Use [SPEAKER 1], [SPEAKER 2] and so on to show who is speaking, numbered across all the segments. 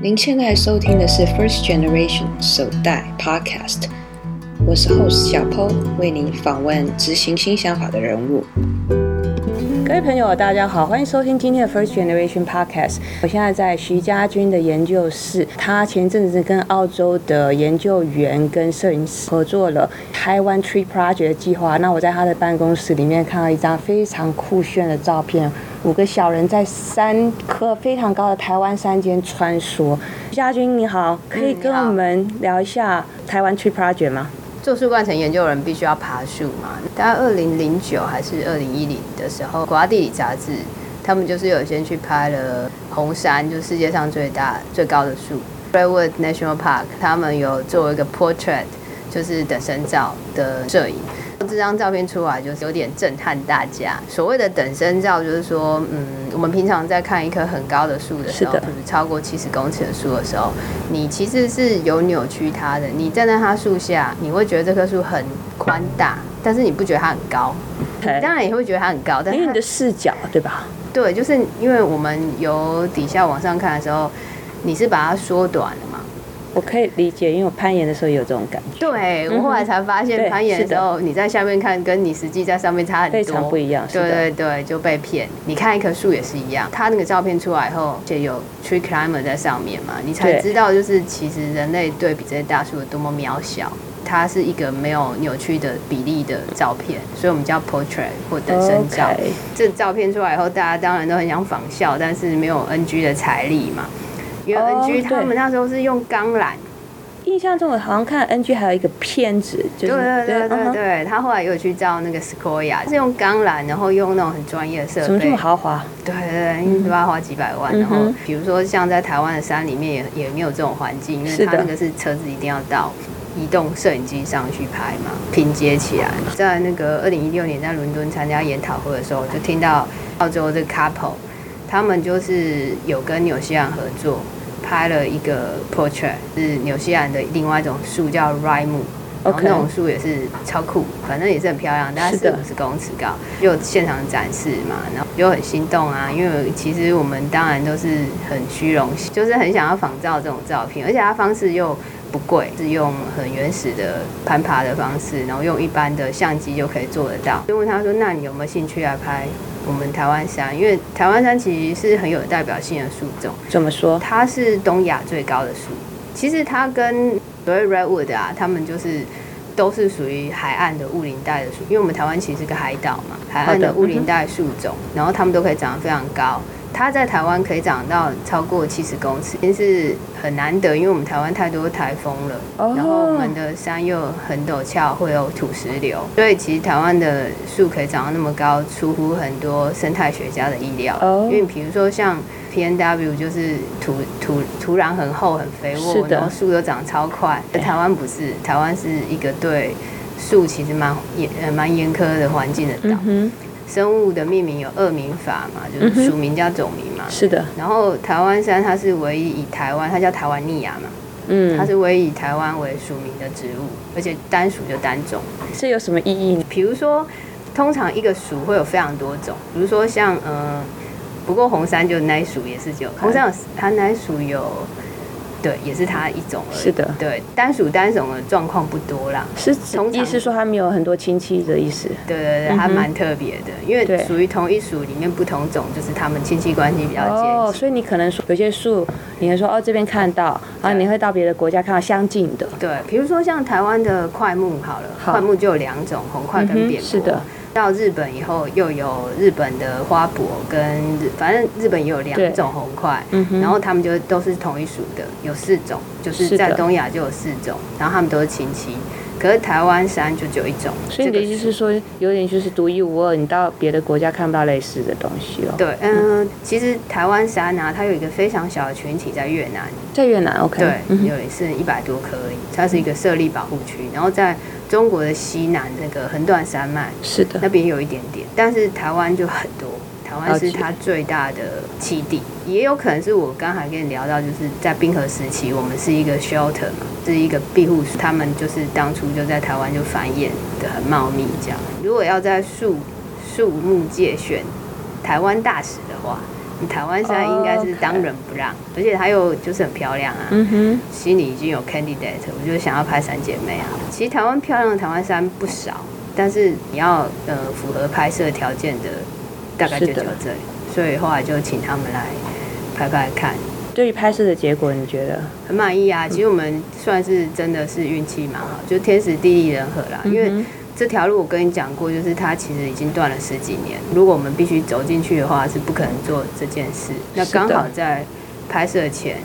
[SPEAKER 1] 您现在收听的是 First Generation 首代 Podcast，我是 host 小 Po，为您访问执行新想法的人物。
[SPEAKER 2] 各位朋友，大家好，欢迎收听今天的 First Generation Podcast。我现在在徐家军的研究室，他前阵子跟澳洲的研究员跟摄影师合作了台湾 Tree Project 的计划。那我在他的办公室里面看到一张非常酷炫的照片，五个小人在三棵非常高的台湾山间穿梭。徐家军你好，可以
[SPEAKER 3] 嗯你
[SPEAKER 2] 跟
[SPEAKER 3] 好
[SPEAKER 2] 我们聊一下台湾 Tree Project 吗？
[SPEAKER 3] 做树冠层研究人必须要爬树嘛。大概二零零九还是二零一零的时候，《国家地理》杂志他们就是有先去拍了红山，就是世界上最大最高的树 Redwood National Park，他们有做一个 portrait，就是等身照的摄影。这张照片出来就是有点震撼大家。所谓的等身照，就是说，嗯，我们平常在看一棵很高的树的时候，
[SPEAKER 2] 是的
[SPEAKER 3] 比如超过七十公尺的树的时候，你其实是有扭曲它的。你站在它树下，你会觉得这棵树很宽大，但是你不觉得它很高。
[SPEAKER 2] 对
[SPEAKER 3] 当然也会觉得它很高，但
[SPEAKER 2] 因为
[SPEAKER 3] 是
[SPEAKER 2] 你的视角对吧？
[SPEAKER 3] 对，就是因为我们由底下往上看的时候，你是把它缩短了嘛。
[SPEAKER 2] 我可以理解，因为我攀岩的时候也有这种感觉，
[SPEAKER 3] 对，我后来才发
[SPEAKER 2] 嗯对
[SPEAKER 3] 现攀岩
[SPEAKER 2] 是
[SPEAKER 3] 的
[SPEAKER 2] 的
[SPEAKER 3] 时候，你在下面看跟你实际在上面差很多，
[SPEAKER 2] 非常不一样。是
[SPEAKER 3] 对
[SPEAKER 2] 的。
[SPEAKER 3] 对对，就被骗。你看一棵树也是一样，它那个照片出来后，且有 tree climber 在上面嘛，你才
[SPEAKER 2] 对
[SPEAKER 3] 知道就是其实人类对比这些大树有多么渺小。它是一个没有扭曲的比例的照片，所以我们叫 portrait 或等身照。
[SPEAKER 2] OK，
[SPEAKER 3] 这照片出来以后，大家当然都很想仿效，但是没有 NG 的财力嘛。因为
[SPEAKER 2] 哦
[SPEAKER 3] NG 他
[SPEAKER 2] 对
[SPEAKER 3] 们那时候是用钢缆，
[SPEAKER 2] 印象中我好像看 NG 还有一个片子，就是
[SPEAKER 3] 对对对
[SPEAKER 2] 嗯
[SPEAKER 3] 对
[SPEAKER 2] 哼
[SPEAKER 3] 对，他后来有去照那个 Sequoia，是用钢缆，然后用那种很专业的设
[SPEAKER 2] 怎么这
[SPEAKER 3] 备
[SPEAKER 2] 么，豪华？
[SPEAKER 3] 对对对，因为都要花几百万。
[SPEAKER 2] 嗯
[SPEAKER 3] 然
[SPEAKER 2] 哼
[SPEAKER 3] 后比如说像在台湾的山里面也也没有这种环境，因
[SPEAKER 2] 是
[SPEAKER 3] 为
[SPEAKER 2] 的
[SPEAKER 3] 它那个是车子一定要到。移动摄影机上去拍嘛，拼接起来。在那个二零一六年在伦敦参加研讨会的时候，我就听到澳洲的 couple，他们就是有跟纽西兰合作，拍了一个 portrait，是纽西兰的另外一种树叫 Rymu，然后
[SPEAKER 2] OK
[SPEAKER 3] 那种树也是超酷，反正也是很漂亮，大概
[SPEAKER 2] 是
[SPEAKER 3] 四
[SPEAKER 2] 的
[SPEAKER 3] 五十公尺高，就现场展示嘛，然后就很心动啊，因为其实我们当然都是很虚荣心，就是很想要仿照这种照片，而且它方式又不贵，是用很原始的攀爬的方式，然后用一般的相机就可以做得到。就问他说：“那你有没有兴趣来拍我们台湾山？因为台湾山其实是很有代表性的树种。”
[SPEAKER 2] 怎么说？
[SPEAKER 3] 它是东亚最高的树。其实它跟所谓 redwood 啊，它们就是都是属于海岸的雾林带的树，因为我们台湾其实是个海岛嘛，海岸
[SPEAKER 2] 好
[SPEAKER 3] 的
[SPEAKER 2] 的
[SPEAKER 3] 雾林带树种，然后它们都可以长得非常高。它在台湾可以长到超过七十公尺，但是很难得，因为我们台湾太多台风了。
[SPEAKER 2] 哦
[SPEAKER 3] 然后我们的山又很陡峭，会有土石流，所以其实台湾的树可以长到那么高，出乎很多生态学家的意料。
[SPEAKER 2] 哦
[SPEAKER 3] 因为比如说像 P N W 就是土土土壤很厚很肥
[SPEAKER 2] 是
[SPEAKER 3] 沃，
[SPEAKER 2] 的
[SPEAKER 3] 然后树又长超快。
[SPEAKER 2] 对
[SPEAKER 3] 台湾不是，台湾是一个对树其实蛮严呃蛮严苛的环境的岛。
[SPEAKER 2] 嗯哼，
[SPEAKER 3] 生物的命名有二名法嘛，就
[SPEAKER 2] 嗯哼
[SPEAKER 3] 是属名加种名嘛。
[SPEAKER 2] 是的，
[SPEAKER 3] 然后台湾山它是唯一以台湾，它叫台湾尼亚嘛。它
[SPEAKER 2] 嗯，
[SPEAKER 3] 是唯以台湾为属名的植物，而且单属就单种。
[SPEAKER 2] 是有什么意义呢？
[SPEAKER 3] 比如说，通常一个属会有非常多种，比如说像呃，不过红山就那一属也是只有红山有它那一属有，对，也是它一种而已。
[SPEAKER 2] 是的
[SPEAKER 3] 对，单属单种的状况不多啦。
[SPEAKER 2] 是指
[SPEAKER 3] 通常
[SPEAKER 2] 意思说他们有很多亲戚的意思？
[SPEAKER 3] 对对对，
[SPEAKER 2] 嗯哼
[SPEAKER 3] 它蛮特别的，因
[SPEAKER 2] 对
[SPEAKER 3] 为属于同一属里面不同种，就是它们亲戚关系比较接近。
[SPEAKER 2] 哦，所以你可能说有些树，你会说哦这边看到，然后
[SPEAKER 3] 对
[SPEAKER 2] 你会到别的国家看到相近的，
[SPEAKER 3] 对，比如说像台湾的快木好了，
[SPEAKER 2] 好
[SPEAKER 3] 快木就有两种，红快
[SPEAKER 2] 嗯哼
[SPEAKER 3] 跟扁柏、
[SPEAKER 2] 是的，
[SPEAKER 3] 到日本以后又有日本的花博跟日，反正日本也有两种红快，
[SPEAKER 2] 嗯哼
[SPEAKER 3] 然后他们就都是同一属的，有四种，就是
[SPEAKER 2] 是的
[SPEAKER 3] 在东亚就有四种，然后他们都是亲戚。可是台湾山就只有一种，
[SPEAKER 2] 所以你的
[SPEAKER 3] 这个
[SPEAKER 2] 意思
[SPEAKER 3] 属
[SPEAKER 2] 是说，有点就是独一无二，你到别的国家看不到类似的东西哦。
[SPEAKER 3] 对，嗯、其实台湾山啊，它有一个非常小的群体在越南，
[SPEAKER 2] 在越南，OK，
[SPEAKER 3] 对，
[SPEAKER 2] 嗯哼
[SPEAKER 3] 有是一百多棵而已，它是一个设立保护区，然后在中国的西南那个横断山脉，
[SPEAKER 2] 是
[SPEAKER 3] 那
[SPEAKER 2] 的，
[SPEAKER 3] 边有一点点，但是台湾就很多。台湾
[SPEAKER 2] 了
[SPEAKER 3] 是
[SPEAKER 2] 解
[SPEAKER 3] 它最大的基地，也有可能是我刚才跟你聊到，就是在冰河时期，我们是一个 shelter 嘛，是一个庇护所，他们就是当初就在台湾就繁衍的很茂密这样。如果要在树树木界选台湾大使的话，台湾现在应
[SPEAKER 2] 哦
[SPEAKER 3] 该是当仁不让，而且它又就是很漂亮啊。
[SPEAKER 2] 嗯哼，
[SPEAKER 3] 心里已经有 candidate，我就想要拍三姐妹啊。其实台湾漂亮的台湾山不少，但是你要呃符合拍摄条件的，大概就是只
[SPEAKER 2] 的
[SPEAKER 3] 有这里。所以后来就请他们来拍拍看，
[SPEAKER 2] 对于拍摄的结果，你觉得？
[SPEAKER 3] 很满意
[SPEAKER 2] 嗯
[SPEAKER 3] 啊。其实我们算是真的是运气蛮好，就天时地利人和啦。因为
[SPEAKER 2] 嗯哼
[SPEAKER 3] 这条路我跟你讲过，就是它其实已经断了十几年。如果我们必须走进去的话，是不可能做这件事。那
[SPEAKER 2] 是的
[SPEAKER 3] 刚好在拍摄前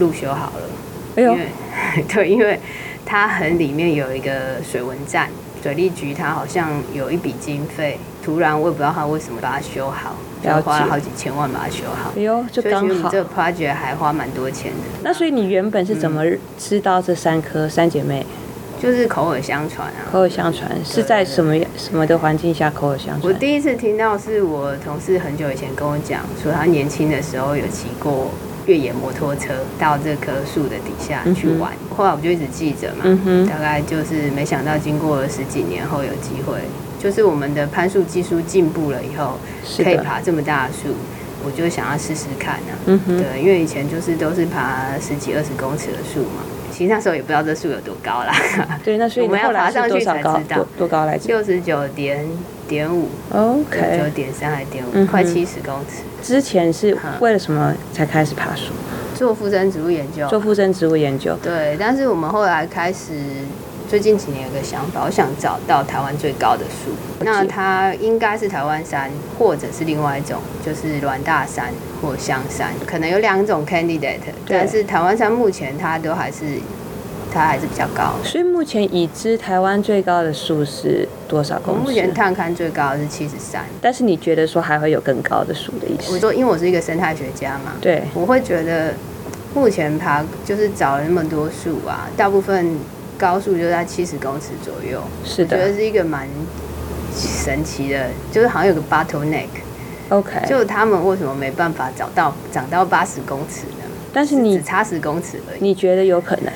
[SPEAKER 3] 路修好了。
[SPEAKER 2] 哎
[SPEAKER 3] 因
[SPEAKER 2] 呦，
[SPEAKER 3] 为 对，因为它很里面有一个水文站，水利局它好像有一笔经费，突然我也不知道它为什么把它修好，就
[SPEAKER 2] 了解
[SPEAKER 3] 花了好几千万把它修好
[SPEAKER 2] 哎。呦，这
[SPEAKER 3] 所以其
[SPEAKER 2] 刚
[SPEAKER 3] 实我们
[SPEAKER 2] 好。
[SPEAKER 3] 这个 project 还花蛮多钱的，
[SPEAKER 2] 那所以你原本是怎么
[SPEAKER 3] 嗯
[SPEAKER 2] 知道这三颗三姐妹
[SPEAKER 3] 就是口耳相传啊。
[SPEAKER 2] 口耳相传是在什么什么的环境下口耳相
[SPEAKER 3] 我
[SPEAKER 2] 传？
[SPEAKER 3] 第一次听到是我同事很久以前跟我讲，说他年轻的时候有骑过越野摩托车到这棵树的底下去玩，后来我就一直记着嘛，
[SPEAKER 2] 嗯哼
[SPEAKER 3] 大概就是没想到经过了十几年后有机会，就是我们的攀树技术进步了以后，
[SPEAKER 2] 是
[SPEAKER 3] 可以
[SPEAKER 2] 的，
[SPEAKER 3] 爬这么大的树，我就想要试试看啊。
[SPEAKER 2] 嗯哼，
[SPEAKER 3] 对，因为以前就是都是爬十几二十公尺的树嘛，其实那时候也不知道这树有多高 啦，
[SPEAKER 2] 对。那所以
[SPEAKER 3] 我
[SPEAKER 2] 你
[SPEAKER 3] 们要
[SPEAKER 2] 后来
[SPEAKER 3] 爬上
[SPEAKER 2] 是多
[SPEAKER 3] 去才
[SPEAKER 2] 少高
[SPEAKER 3] 知道
[SPEAKER 2] 多多高来着
[SPEAKER 3] 六十九点点五，九
[SPEAKER 2] ？OK，
[SPEAKER 3] 点三还点五，
[SPEAKER 2] 嗯哼
[SPEAKER 3] 快七十公尺。
[SPEAKER 2] 之前是
[SPEAKER 3] 嗯
[SPEAKER 2] 为了什么才开始爬树？
[SPEAKER 3] 做附生植物研究。
[SPEAKER 2] 做附生植物研究。
[SPEAKER 3] 对，但是我们后来开始，最近几年有个想法，我想找到台湾最高的树，那它应该是台湾山，或者是另外一种，就是峦大山或香山，可能有两种 candidate，
[SPEAKER 2] 对
[SPEAKER 3] 但是台湾山目前它都还是，它还是比较高。
[SPEAKER 2] 所以目前已知台湾最高的树是多少
[SPEAKER 3] 我
[SPEAKER 2] 公
[SPEAKER 3] 目前
[SPEAKER 2] 尺？
[SPEAKER 3] 探勘最高的是七十三。
[SPEAKER 2] 但是你觉得说还会有更高的树的意
[SPEAKER 3] 我
[SPEAKER 2] 思？
[SPEAKER 3] 说，因为我是一个生态学家嘛，
[SPEAKER 2] 对，
[SPEAKER 3] 我会觉得目前爬就是找了那么多树啊，大部分高树就在七十公尺左右，
[SPEAKER 2] 是
[SPEAKER 3] 我觉得
[SPEAKER 2] 的。
[SPEAKER 3] 是一个蛮神奇的，就是好像有个 bottleneck，
[SPEAKER 2] OK，
[SPEAKER 3] 就他们为什么没办法找到长到八十公尺呢？
[SPEAKER 2] 但是
[SPEAKER 3] 只
[SPEAKER 2] 你
[SPEAKER 3] 差十公尺而已，
[SPEAKER 2] 你觉得有可能？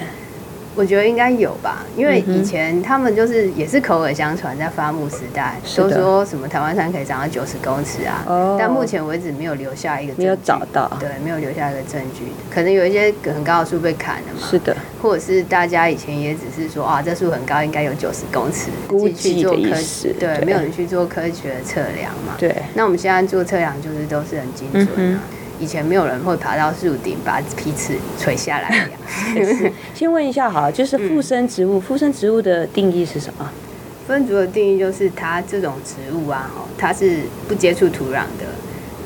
[SPEAKER 3] 我觉得应该有吧，因为
[SPEAKER 2] 嗯哼
[SPEAKER 3] 以前他们就是也是口耳相传，在伐木时代
[SPEAKER 2] 是
[SPEAKER 3] 都
[SPEAKER 2] 的
[SPEAKER 3] 说什么台湾山可以长到九十公尺啊，
[SPEAKER 2] 哦
[SPEAKER 3] 但目前为止没有留下一个证据
[SPEAKER 2] 没有找到。
[SPEAKER 3] 对，没有留下一个证据，可能有一些很高的树被砍了嘛，
[SPEAKER 2] 是的，
[SPEAKER 3] 或者是大家以前也只是说啊，这树很高，应该有九十公尺，
[SPEAKER 2] 估
[SPEAKER 3] 自己
[SPEAKER 2] 计
[SPEAKER 3] 去做
[SPEAKER 2] 的意
[SPEAKER 3] 科
[SPEAKER 2] 思
[SPEAKER 3] 对，
[SPEAKER 2] 对
[SPEAKER 3] 没有人去做科学的测量嘛。
[SPEAKER 2] 对，
[SPEAKER 3] 那我们现在做测量就是都是很精准
[SPEAKER 2] 嗯
[SPEAKER 3] 啊。以前没有人会爬到树顶把皮尺垂下来一样
[SPEAKER 2] 先问一下好了，
[SPEAKER 3] 嗯
[SPEAKER 2] 就是附生植物，附生植物的定义是什么？
[SPEAKER 3] 分族的定义就是它这种植物啊，哦它是不接触土壤的，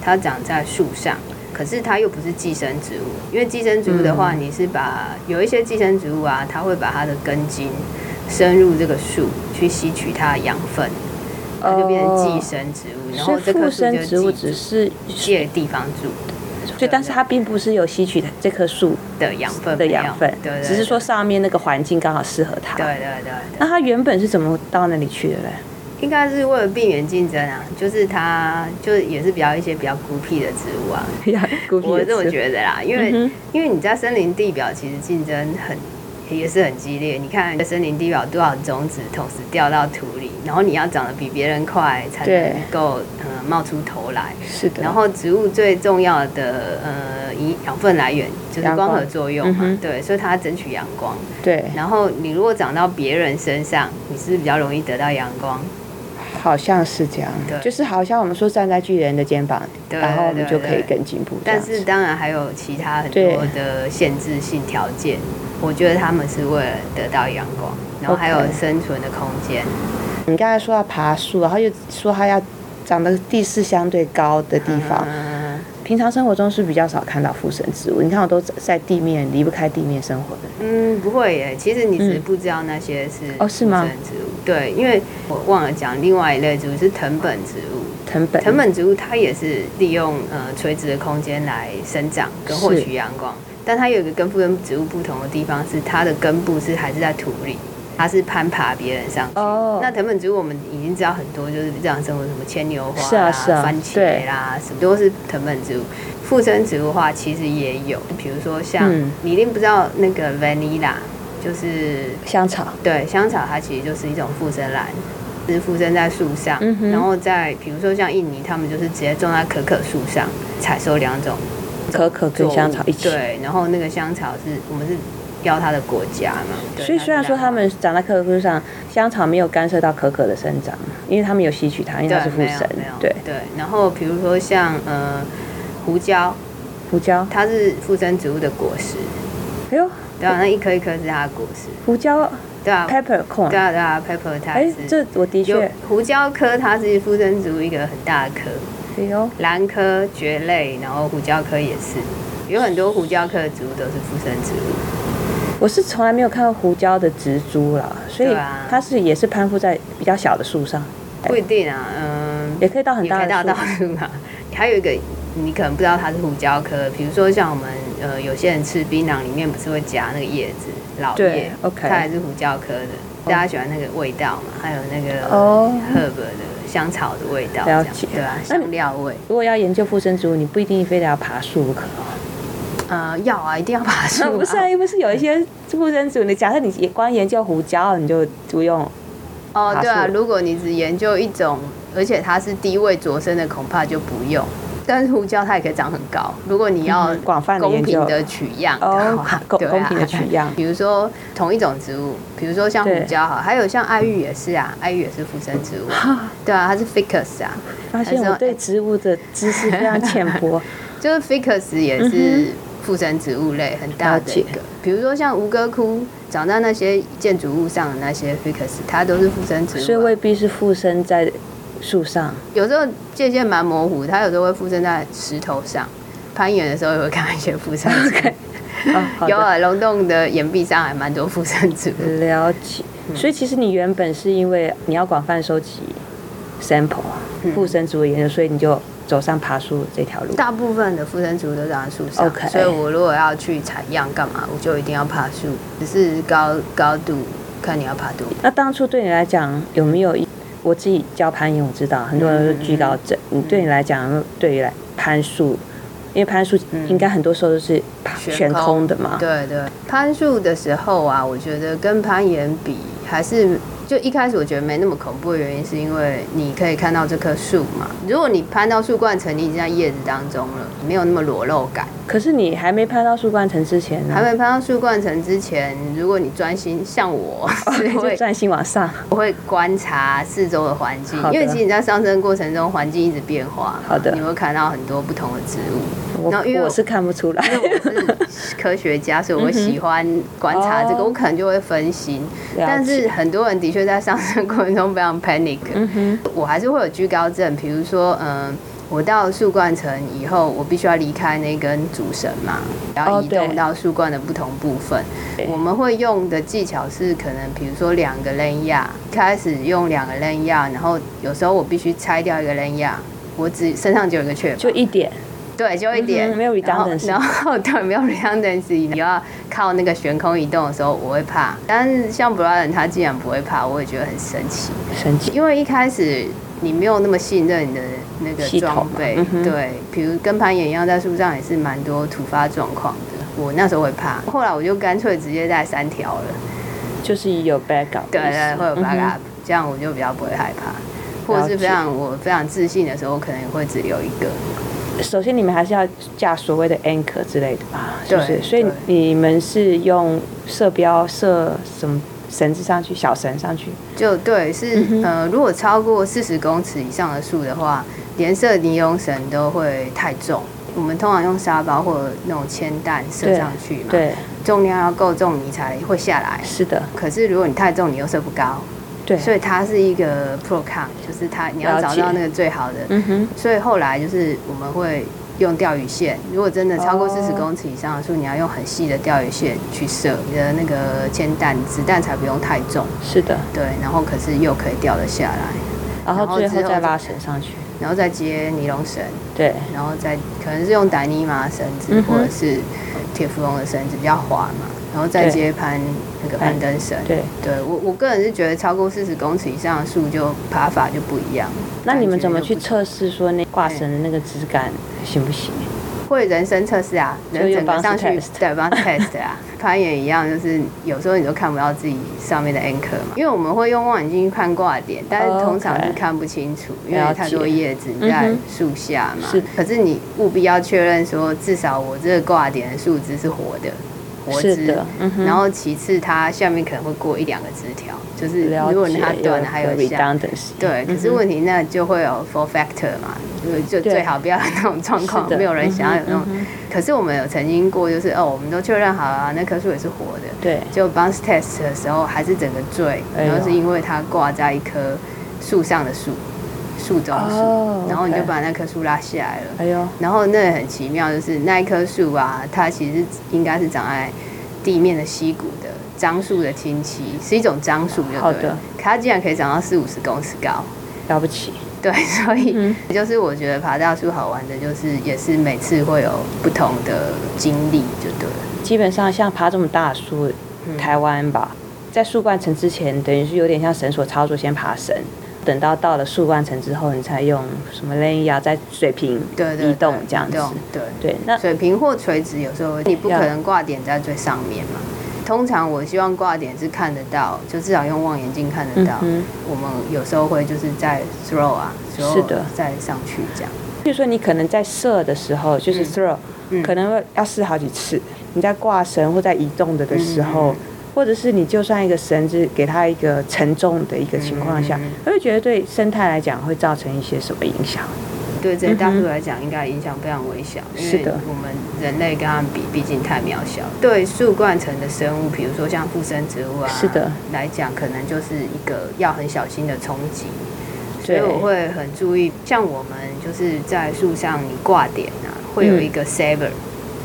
[SPEAKER 3] 它长在树上，可是它又不是寄生植物，因为寄生植物的话，
[SPEAKER 2] 嗯
[SPEAKER 3] 你是把有一些寄生植物啊，它会把它的根茎深入这个树去吸取它的养分，它就变成寄生植物，然后
[SPEAKER 2] 是
[SPEAKER 3] 这棵
[SPEAKER 2] 哦附
[SPEAKER 3] 树
[SPEAKER 2] 生植
[SPEAKER 3] 就
[SPEAKER 2] 物
[SPEAKER 3] 寄
[SPEAKER 2] 只是，
[SPEAKER 3] 借地方住
[SPEAKER 2] 所以但是它并不是有吸取这棵树
[SPEAKER 3] 的养分
[SPEAKER 2] 的
[SPEAKER 3] 没有
[SPEAKER 2] 养分，
[SPEAKER 3] 对对
[SPEAKER 2] 只是说上面那个环境刚好适合它。
[SPEAKER 3] 对对对对
[SPEAKER 2] 那它原本是怎么到那里去的嘞？
[SPEAKER 3] 应该是为了避免竞争啊，就是它就是也是比较一些比较孤僻的植物啊，我这么
[SPEAKER 2] 得。
[SPEAKER 3] 觉得啦，因为、
[SPEAKER 2] 嗯哼
[SPEAKER 3] 因为你在森林地表其实竞争很也是很激烈。你看森林地表多少种子同时掉到土里，然后你要长得比别人快才能
[SPEAKER 2] 对
[SPEAKER 3] 够呃冒出头来。
[SPEAKER 2] 是的。
[SPEAKER 3] 然后植物最重要的呃营养分来源就是
[SPEAKER 2] 阳
[SPEAKER 3] 光
[SPEAKER 2] 光
[SPEAKER 3] 合作用嘛，
[SPEAKER 2] 嗯哼
[SPEAKER 3] 对，所以它争取阳光。
[SPEAKER 2] 对，
[SPEAKER 3] 然后你如果长到别人身上，你是不是比较容易得到阳光？
[SPEAKER 2] 好像是这样
[SPEAKER 3] 对，
[SPEAKER 2] 就是好像我们说站在巨人的肩膀，
[SPEAKER 3] 对
[SPEAKER 2] 然后我们
[SPEAKER 3] 对
[SPEAKER 2] 就可以
[SPEAKER 3] 对
[SPEAKER 2] 更进步这样
[SPEAKER 3] 但
[SPEAKER 2] 子。
[SPEAKER 3] 是当然还有其他很
[SPEAKER 2] 对
[SPEAKER 3] 多的限制性条件，我觉得他们是为了得到阳光，然后还有
[SPEAKER 2] OK
[SPEAKER 3] 生存的空间。
[SPEAKER 2] 你刚才说要爬树，然后又说它要长得地势相对高的地方，
[SPEAKER 3] 嗯，
[SPEAKER 2] 平常生活中是比较少看到附生植物。你看，我都在地面离不开地面生活的。
[SPEAKER 3] 嗯，不会耶。其实你只是
[SPEAKER 2] 嗯
[SPEAKER 3] 不知道那些是
[SPEAKER 2] 哦是吗
[SPEAKER 3] 附生植物，对，因为我忘了讲另外一类植物是藤本植物。
[SPEAKER 2] 藤本，
[SPEAKER 3] 藤本植物它也是利用呃垂直的空间来生长跟获
[SPEAKER 2] 是
[SPEAKER 3] 取阳光，但它有一个跟附生植物不同的地方是它的根部是还是在土里，它是攀爬别人上去。
[SPEAKER 2] 哦，
[SPEAKER 3] 那藤本植物我们已经知道很多，就是日常生活什么牵牛花啦、
[SPEAKER 2] 是啊是啊
[SPEAKER 3] 番茄啦，什么都是藤本植物。附生植物的话，其实也有，比如说像、
[SPEAKER 2] 嗯
[SPEAKER 3] 你一定不知道那个 vanilla，就是
[SPEAKER 2] 香草
[SPEAKER 3] 对香草，它其实就是一种附生兰。是附身在树上，
[SPEAKER 2] 嗯哼
[SPEAKER 3] 然后在比如说像印尼，他们就是直接种在可可树上，采收两种
[SPEAKER 2] 可可跟
[SPEAKER 3] 作物
[SPEAKER 2] 香草一起。
[SPEAKER 3] 对，然后那个香草是我们是标它的国家嘛，对
[SPEAKER 2] 所以虽然说他们长在可可树上，香草没有干涉到可可的生长，因为他们有吸取它，因为
[SPEAKER 3] 对
[SPEAKER 2] 它是附
[SPEAKER 3] 没有
[SPEAKER 2] 身
[SPEAKER 3] 没。有
[SPEAKER 2] 对，
[SPEAKER 3] 对，然后比如说像呃胡椒，
[SPEAKER 2] 胡椒，
[SPEAKER 3] 它是附身植物的果实，
[SPEAKER 2] 哎呦，
[SPEAKER 3] 对啊，那一颗一颗是它的果实，
[SPEAKER 2] 胡椒
[SPEAKER 3] 对啊，
[SPEAKER 2] peppercorn，
[SPEAKER 3] 对啊对啊，pepper 它
[SPEAKER 2] 哎
[SPEAKER 3] 是，。
[SPEAKER 2] 这我的
[SPEAKER 3] 有
[SPEAKER 2] 确，
[SPEAKER 3] 胡椒科，它是附生植物一个很大的科，
[SPEAKER 2] 哎呦，
[SPEAKER 3] 兰科蕨类，然后胡椒科也是，有很多胡椒科的植物都是附生植物。
[SPEAKER 2] 我是从来没有看过胡椒的植株啦，所以
[SPEAKER 3] 对啊
[SPEAKER 2] 它是也是攀附在比较小的树上，
[SPEAKER 3] 不一定啊，嗯，
[SPEAKER 2] 也可以到很
[SPEAKER 3] 也可
[SPEAKER 2] 大
[SPEAKER 3] 以到
[SPEAKER 2] 的
[SPEAKER 3] 到
[SPEAKER 2] 树。
[SPEAKER 3] 处嘛。还有一个你可能不知道它是胡椒科，比如说像我们呃有些人吃槟榔里面不是会夹那个叶子老
[SPEAKER 2] 对
[SPEAKER 3] 叶，
[SPEAKER 2] ，OK，
[SPEAKER 3] 它也是胡椒科的。大家喜欢那个味道嘛，还有那个
[SPEAKER 2] 哦
[SPEAKER 3] herb 的香草的味
[SPEAKER 2] 了
[SPEAKER 3] 道，这样
[SPEAKER 2] 解
[SPEAKER 3] 对啊，
[SPEAKER 2] 那你
[SPEAKER 3] 香料味。
[SPEAKER 2] 如果要研究附生植物，你不一定非得要爬树不可。
[SPEAKER 3] 呃，要啊，一定要把树、
[SPEAKER 2] 那不是啊，又不是有一些附生植物，你假设你也光研究胡椒，你就不用。
[SPEAKER 3] 哦，对
[SPEAKER 2] 爬
[SPEAKER 3] 啊，
[SPEAKER 2] 树
[SPEAKER 3] 如果你只研究一种，而且它是低位着生的，恐怕就不用。但是胡椒它也可以长很高，如果你要
[SPEAKER 2] 嗯广泛的
[SPEAKER 3] 哦公
[SPEAKER 2] 研究
[SPEAKER 3] 平的取样的
[SPEAKER 2] 哦
[SPEAKER 3] 话，，
[SPEAKER 2] 公
[SPEAKER 3] 对啊
[SPEAKER 2] 公平的取样。
[SPEAKER 3] 比如说同一种植物，比如说像
[SPEAKER 2] 对
[SPEAKER 3] 胡椒好，还有像爱玉也是啊，爱玉也是附生植物，
[SPEAKER 2] 哈，
[SPEAKER 3] 对啊，它是 ficus 啊，
[SPEAKER 2] 发现我对植物的知识非常浅 薄。
[SPEAKER 3] 就是 ficus 也是附生植物类很大的
[SPEAKER 2] 嗯
[SPEAKER 3] 一
[SPEAKER 2] 了解
[SPEAKER 3] 个。比如说像吴哥窟长在那些建筑物上的那些 ficus，它都是附生植物啊、
[SPEAKER 2] 所以未必是附身在树 上。
[SPEAKER 3] 有时候界限蛮模糊，它有时候会附身在石头上。攀岩的时候也会看到一些附生 植物
[SPEAKER 2] 哦，好
[SPEAKER 3] 有
[SPEAKER 2] 的，
[SPEAKER 3] 啊，龙洞的岩壁上还蛮多附生植物。
[SPEAKER 2] 了解。
[SPEAKER 3] 嗯
[SPEAKER 2] 所以其实你原本是因为你要广泛收集 sample 啊
[SPEAKER 3] 嗯
[SPEAKER 2] 附生植物研究，所以你就走上爬树这条路。
[SPEAKER 3] 大部分的附生植物都长在树上
[SPEAKER 2] OK
[SPEAKER 3] 所以我如果要去采样干嘛，我就一定要爬树，只是高高度看你要爬多。
[SPEAKER 2] 那当初对你来讲有没有一？我自己教攀岩，我知道很多人都惧高症。
[SPEAKER 3] 嗯
[SPEAKER 2] 你对你来讲，有没有对于来攀树，因为攀树
[SPEAKER 3] 嗯
[SPEAKER 2] 应该很多时候都是爬
[SPEAKER 3] 悬
[SPEAKER 2] 悬
[SPEAKER 3] 空
[SPEAKER 2] 空的嘛。
[SPEAKER 3] 对对，攀树的时候啊，我觉得跟攀岩比，还是就一开始我觉得没那么恐怖的原因，是因为你可以看到这棵树嘛。如果你攀到树冠层，你已经在叶子当中了，没有那么裸露感。
[SPEAKER 2] 可是你还没攀到树冠层之前呢，
[SPEAKER 3] 还没攀到树冠层之前，如果你专心，像我是
[SPEAKER 2] 就
[SPEAKER 3] 会
[SPEAKER 2] 专心往上。
[SPEAKER 3] 我会观察四周的环境
[SPEAKER 2] 好，的
[SPEAKER 3] 因为其实你在上升过程中，环境一直变化嘛，
[SPEAKER 2] 好的
[SPEAKER 3] 你会看到很多不同的植 物。
[SPEAKER 2] 我
[SPEAKER 3] 然后因为
[SPEAKER 2] 我
[SPEAKER 3] 我
[SPEAKER 2] 是看不出来。
[SPEAKER 3] 因为我是科学家，所以我喜欢观察这个，
[SPEAKER 2] 嗯哦
[SPEAKER 3] 我可能就会分心。
[SPEAKER 2] 了
[SPEAKER 3] 但
[SPEAKER 2] 解
[SPEAKER 3] 是很多人的确在上升过程中非常 panic，、
[SPEAKER 2] 嗯
[SPEAKER 3] 我还是会有居高症。比如说，嗯、我到树冠层以后，我必须要离开那根主绳嘛，然后
[SPEAKER 2] 哦
[SPEAKER 3] 移
[SPEAKER 2] 对
[SPEAKER 3] 动到树冠的不同部分。
[SPEAKER 2] 对
[SPEAKER 3] 我们会用的技巧是，可能比如说两个 lenya，开始用两个 lenya，然后有时候我必须拆掉一个 lenya，我只身上只有一个雀
[SPEAKER 2] 哼，就
[SPEAKER 3] 巢，
[SPEAKER 2] 一点。
[SPEAKER 3] 对，就一点，
[SPEAKER 2] 嗯哼没有
[SPEAKER 3] 然后
[SPEAKER 2] redundancy
[SPEAKER 3] 然后 对，没有 redundancy，你要靠那个悬空移动的时候，我会怕。但是像 Brian 他竟然不会怕，我也觉得很神奇，
[SPEAKER 2] 神奇。
[SPEAKER 3] 因为一开始你没有那么信任你的那个
[SPEAKER 2] 系统
[SPEAKER 3] 装
[SPEAKER 2] 嘛
[SPEAKER 3] 备
[SPEAKER 2] 嗯，哼
[SPEAKER 3] 对，比如跟攀岩一样，在树上也是蛮多突发状况的。我那时候会怕，后来我就干脆直接带三条了，
[SPEAKER 2] 就是有 backup，
[SPEAKER 3] 对
[SPEAKER 2] 的意思
[SPEAKER 3] 对，会有 b
[SPEAKER 2] 嗯
[SPEAKER 3] a
[SPEAKER 2] 哼
[SPEAKER 3] c up，、这样我就比较不会害怕。或者是非常我非常自信的时候，我可能会只留一个。
[SPEAKER 2] 首先你们还是要架所谓的 anchor 之类的吧，是不是？
[SPEAKER 3] 对
[SPEAKER 2] 所以
[SPEAKER 3] 对
[SPEAKER 2] 你们是用射标射什么绳子上去，小绳上去，
[SPEAKER 3] 就对，是、
[SPEAKER 2] 嗯
[SPEAKER 3] 呃，如果超过四十公尺以上的树的话，连射尼龙绳都会太重。我们通常用沙包或者那种铅弹射上去嘛，
[SPEAKER 2] 对，
[SPEAKER 3] 重量要够重你才会下来。
[SPEAKER 2] 是的，
[SPEAKER 3] 可是如果你太重，你又射不高，
[SPEAKER 2] 对，
[SPEAKER 3] 所以它是一个 pro con，就是它你要
[SPEAKER 2] 了
[SPEAKER 3] 找
[SPEAKER 2] 解
[SPEAKER 3] 到那个最好的。
[SPEAKER 2] 嗯哼，
[SPEAKER 3] 所以后来就是我们会用钓鱼线，如果真的超过
[SPEAKER 2] 哦
[SPEAKER 3] 四十公尺以上的树，你要用很细的钓鱼线去射，你的那个铅弹子弹才不用太重。
[SPEAKER 2] 是的，
[SPEAKER 3] 对，然后可是又可以掉得下来，
[SPEAKER 2] 然
[SPEAKER 3] 后
[SPEAKER 2] 后最后
[SPEAKER 3] 之后
[SPEAKER 2] 再
[SPEAKER 3] 就
[SPEAKER 2] 拉绳上去，
[SPEAKER 3] 然后再接尼龙绳，
[SPEAKER 2] 对，
[SPEAKER 3] 然后再可能是用达尼玛绳子
[SPEAKER 2] 嗯哼
[SPEAKER 3] 或者是铁芙蓉的绳子比较滑嘛，然后再
[SPEAKER 2] 对
[SPEAKER 3] 接攀那个攀登绳。
[SPEAKER 2] 对。
[SPEAKER 3] 对我我个人是觉得超过四十公尺以上的树就爬法就不一样。
[SPEAKER 2] 那你们怎么
[SPEAKER 3] 感觉
[SPEAKER 2] 去
[SPEAKER 3] 就不
[SPEAKER 2] 测试说那挂绳的那个质感行不行？
[SPEAKER 3] 会人生测试啊，
[SPEAKER 2] 就
[SPEAKER 3] 人
[SPEAKER 2] 用
[SPEAKER 3] 整个
[SPEAKER 2] bounce
[SPEAKER 3] 上去
[SPEAKER 2] test
[SPEAKER 3] 对 bounce test 啊，攀岩一样，就是有时候你都看不到自己上面的 anchor 嘛，因为我们会用望远镜看挂点，但是通常是
[SPEAKER 2] 哦 OK
[SPEAKER 3] 看不清楚，因
[SPEAKER 2] 了
[SPEAKER 3] 为
[SPEAKER 2] 解
[SPEAKER 3] 太多叶子
[SPEAKER 2] 嗯
[SPEAKER 3] 在
[SPEAKER 2] 哼
[SPEAKER 3] 树下嘛。
[SPEAKER 2] 是
[SPEAKER 3] 可是你务必要确认说，至少我这个挂点的树枝是活的，活
[SPEAKER 2] 是
[SPEAKER 3] 枝
[SPEAKER 2] 的，嗯哼
[SPEAKER 3] 然后其次它下面可能会过一两个枝条，就是
[SPEAKER 2] 了
[SPEAKER 3] 如果
[SPEAKER 2] 解
[SPEAKER 3] 它断了，还
[SPEAKER 2] 有
[SPEAKER 3] 有
[SPEAKER 2] redundancy
[SPEAKER 3] 下。对，
[SPEAKER 2] 嗯
[SPEAKER 3] 可是问题那就会有 for factor 嘛，就就
[SPEAKER 2] 对
[SPEAKER 3] 最好不要有那种状况
[SPEAKER 2] 是的，
[SPEAKER 3] 没有人想要有那种
[SPEAKER 2] 嗯。哼嗯
[SPEAKER 3] 可是我们有曾经过，就是哦，我们都确认好啊了，那棵树也是活的
[SPEAKER 2] 哼，对，
[SPEAKER 3] 就 bounce test 的时候还是整个坠，
[SPEAKER 2] 哎呦
[SPEAKER 3] 然后是因为它挂在一棵树上的树，树中树，
[SPEAKER 2] 哦
[SPEAKER 3] 然后你就
[SPEAKER 2] OK
[SPEAKER 3] 把那棵树拉下来了。
[SPEAKER 2] 哎呦，
[SPEAKER 3] 然后那很奇妙，就是那一棵树啊，它其实应该是长在地面的溪谷的樟树的亲戚，是一种樟树，就
[SPEAKER 2] 好
[SPEAKER 3] 对
[SPEAKER 2] 的
[SPEAKER 3] 了。可它竟然可以长到四五十公尺高，
[SPEAKER 2] 了不起，
[SPEAKER 3] 对，所以
[SPEAKER 2] 嗯
[SPEAKER 3] 就是我觉得爬大树好玩的，就是也是每次会有不同的经历，就对了。
[SPEAKER 2] 基本上像爬这么大的树，
[SPEAKER 3] 嗯
[SPEAKER 2] 台湾吧，在树冠层之前，等于是有点像绳索操作，先爬绳。等到到了树冠层之后，你才用什么 l a 压在水平
[SPEAKER 3] 对对
[SPEAKER 2] 移动这样
[SPEAKER 3] 移
[SPEAKER 2] 子。
[SPEAKER 3] 动对。
[SPEAKER 2] 对，那
[SPEAKER 3] 水平或垂直，有时候你不可
[SPEAKER 2] 要
[SPEAKER 3] 能挂点在最上面嘛。通常我希望挂点是看得到，就至少用望远镜看得到。
[SPEAKER 2] 嗯
[SPEAKER 3] 我们有时候会就是在 throw 啊，
[SPEAKER 2] 是的
[SPEAKER 3] throw 再上去这样。
[SPEAKER 2] 比如说你可能在射的时候，就是 throw，、
[SPEAKER 3] 嗯
[SPEAKER 2] 可能会要试好几次。你在挂绳或在移动的的时候，
[SPEAKER 3] 嗯嗯
[SPEAKER 2] 或者是你就算一个绳子给它一个沉重的一个情况下，
[SPEAKER 3] 嗯嗯嗯
[SPEAKER 2] 会不会觉得对生态来讲会造成一些什么影响？
[SPEAKER 3] 对这些大
[SPEAKER 2] 嗯
[SPEAKER 3] 树
[SPEAKER 2] 哼
[SPEAKER 3] 来讲，应该影响非常微小，因
[SPEAKER 2] 是
[SPEAKER 3] 为
[SPEAKER 2] 的
[SPEAKER 3] 我们人类跟它们比，毕竟太渺小。对树冠层的生物，比如说像附生植物啊，
[SPEAKER 2] 是的，
[SPEAKER 3] 来讲可能就是一个要很小心的冲击。所
[SPEAKER 2] 对
[SPEAKER 3] 以我会很注意，像我们就是在树上你挂点啊，会
[SPEAKER 2] 嗯
[SPEAKER 3] 有一个 saver，、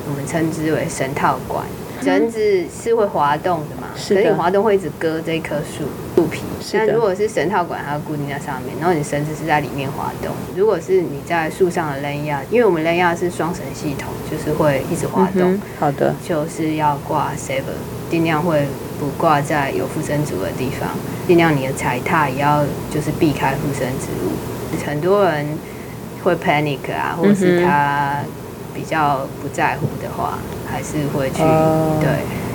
[SPEAKER 3] 我们称之为绳套管。绳子是会滑动的嘛？
[SPEAKER 2] 嗯是
[SPEAKER 3] 可
[SPEAKER 2] 的
[SPEAKER 3] 是你滑动会一直割这棵树树皮。
[SPEAKER 2] 是的
[SPEAKER 3] 但如果是绳套管，它固定在上面，然后你绳子是在里面滑动。如果是你在树上的 l a n y a 因为我们 l a n y a 是双绳系统，就是会一直滑动，
[SPEAKER 2] 嗯哼好的，
[SPEAKER 3] 就是要挂 saver，尽量会不挂在有附生植物的地方，尽量你的踩踏也要就是避开附生植物。很多人会 panic 啊，或者
[SPEAKER 2] 嗯
[SPEAKER 3] 是
[SPEAKER 2] 哼
[SPEAKER 3] 他比较不在乎的话，还是会去、
[SPEAKER 2] 哦
[SPEAKER 3] 对。